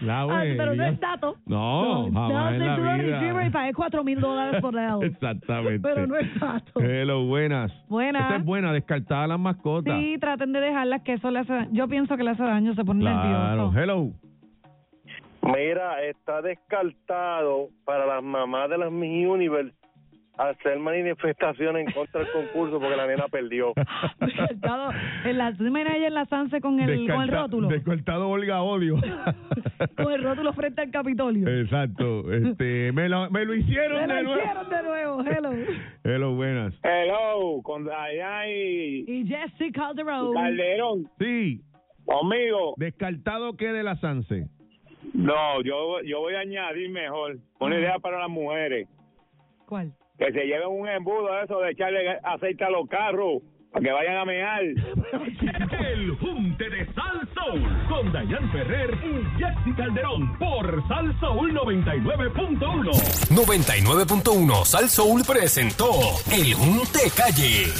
B: La
C: Ah,
B: wey,
C: pero no
B: ya-
C: es sato.
B: No, jamás en
C: Doodle
B: la
C: Doodle
B: vida.
C: Retriever y pagué cuatro mil dólares por lado.
B: Exactamente.
C: Pero no es sato.
B: Hello, buenas.
C: Buenas.
B: Esta es buena, descartada las mascotas.
C: Sí, traten de dejarlas que eso le hace Yo pienso que le hace daño, se pone
B: claro,
C: nervioso.
B: hello.
P: Mira, está descartado para las mamás de las Miss Universe hacer manifestación en contra del concurso porque la nena perdió.
C: Descartado. En la primera ella en la Sanse con el, con el
B: Descarta-
C: rótulo.
B: Descartado Olga Odio.
C: Con el rótulo frente al Capitolio.
B: Exacto. Este, me, lo, me lo hicieron
C: Me
B: Eh, de
C: lo
B: nuevo.
C: hicieron de nuevo, hello.
B: Hello, buenas.
F: Hello, con Dayan y...
C: Y Jesse Calderón.
F: Calderón.
B: Sí.
F: Conmigo.
B: Descartado que de la Sanse.
F: No, yo, yo voy a añadir mejor una idea para las mujeres.
C: ¿Cuál?
F: Que se lleven un embudo de eso de echarle aceite a los carros para que vayan a mear.
A: El Junte de Sal Soul con Dayan Ferrer y Jessica Calderón por Sal Soul 99.1.
H: 99.1 Sal Soul presentó El Junte Calle.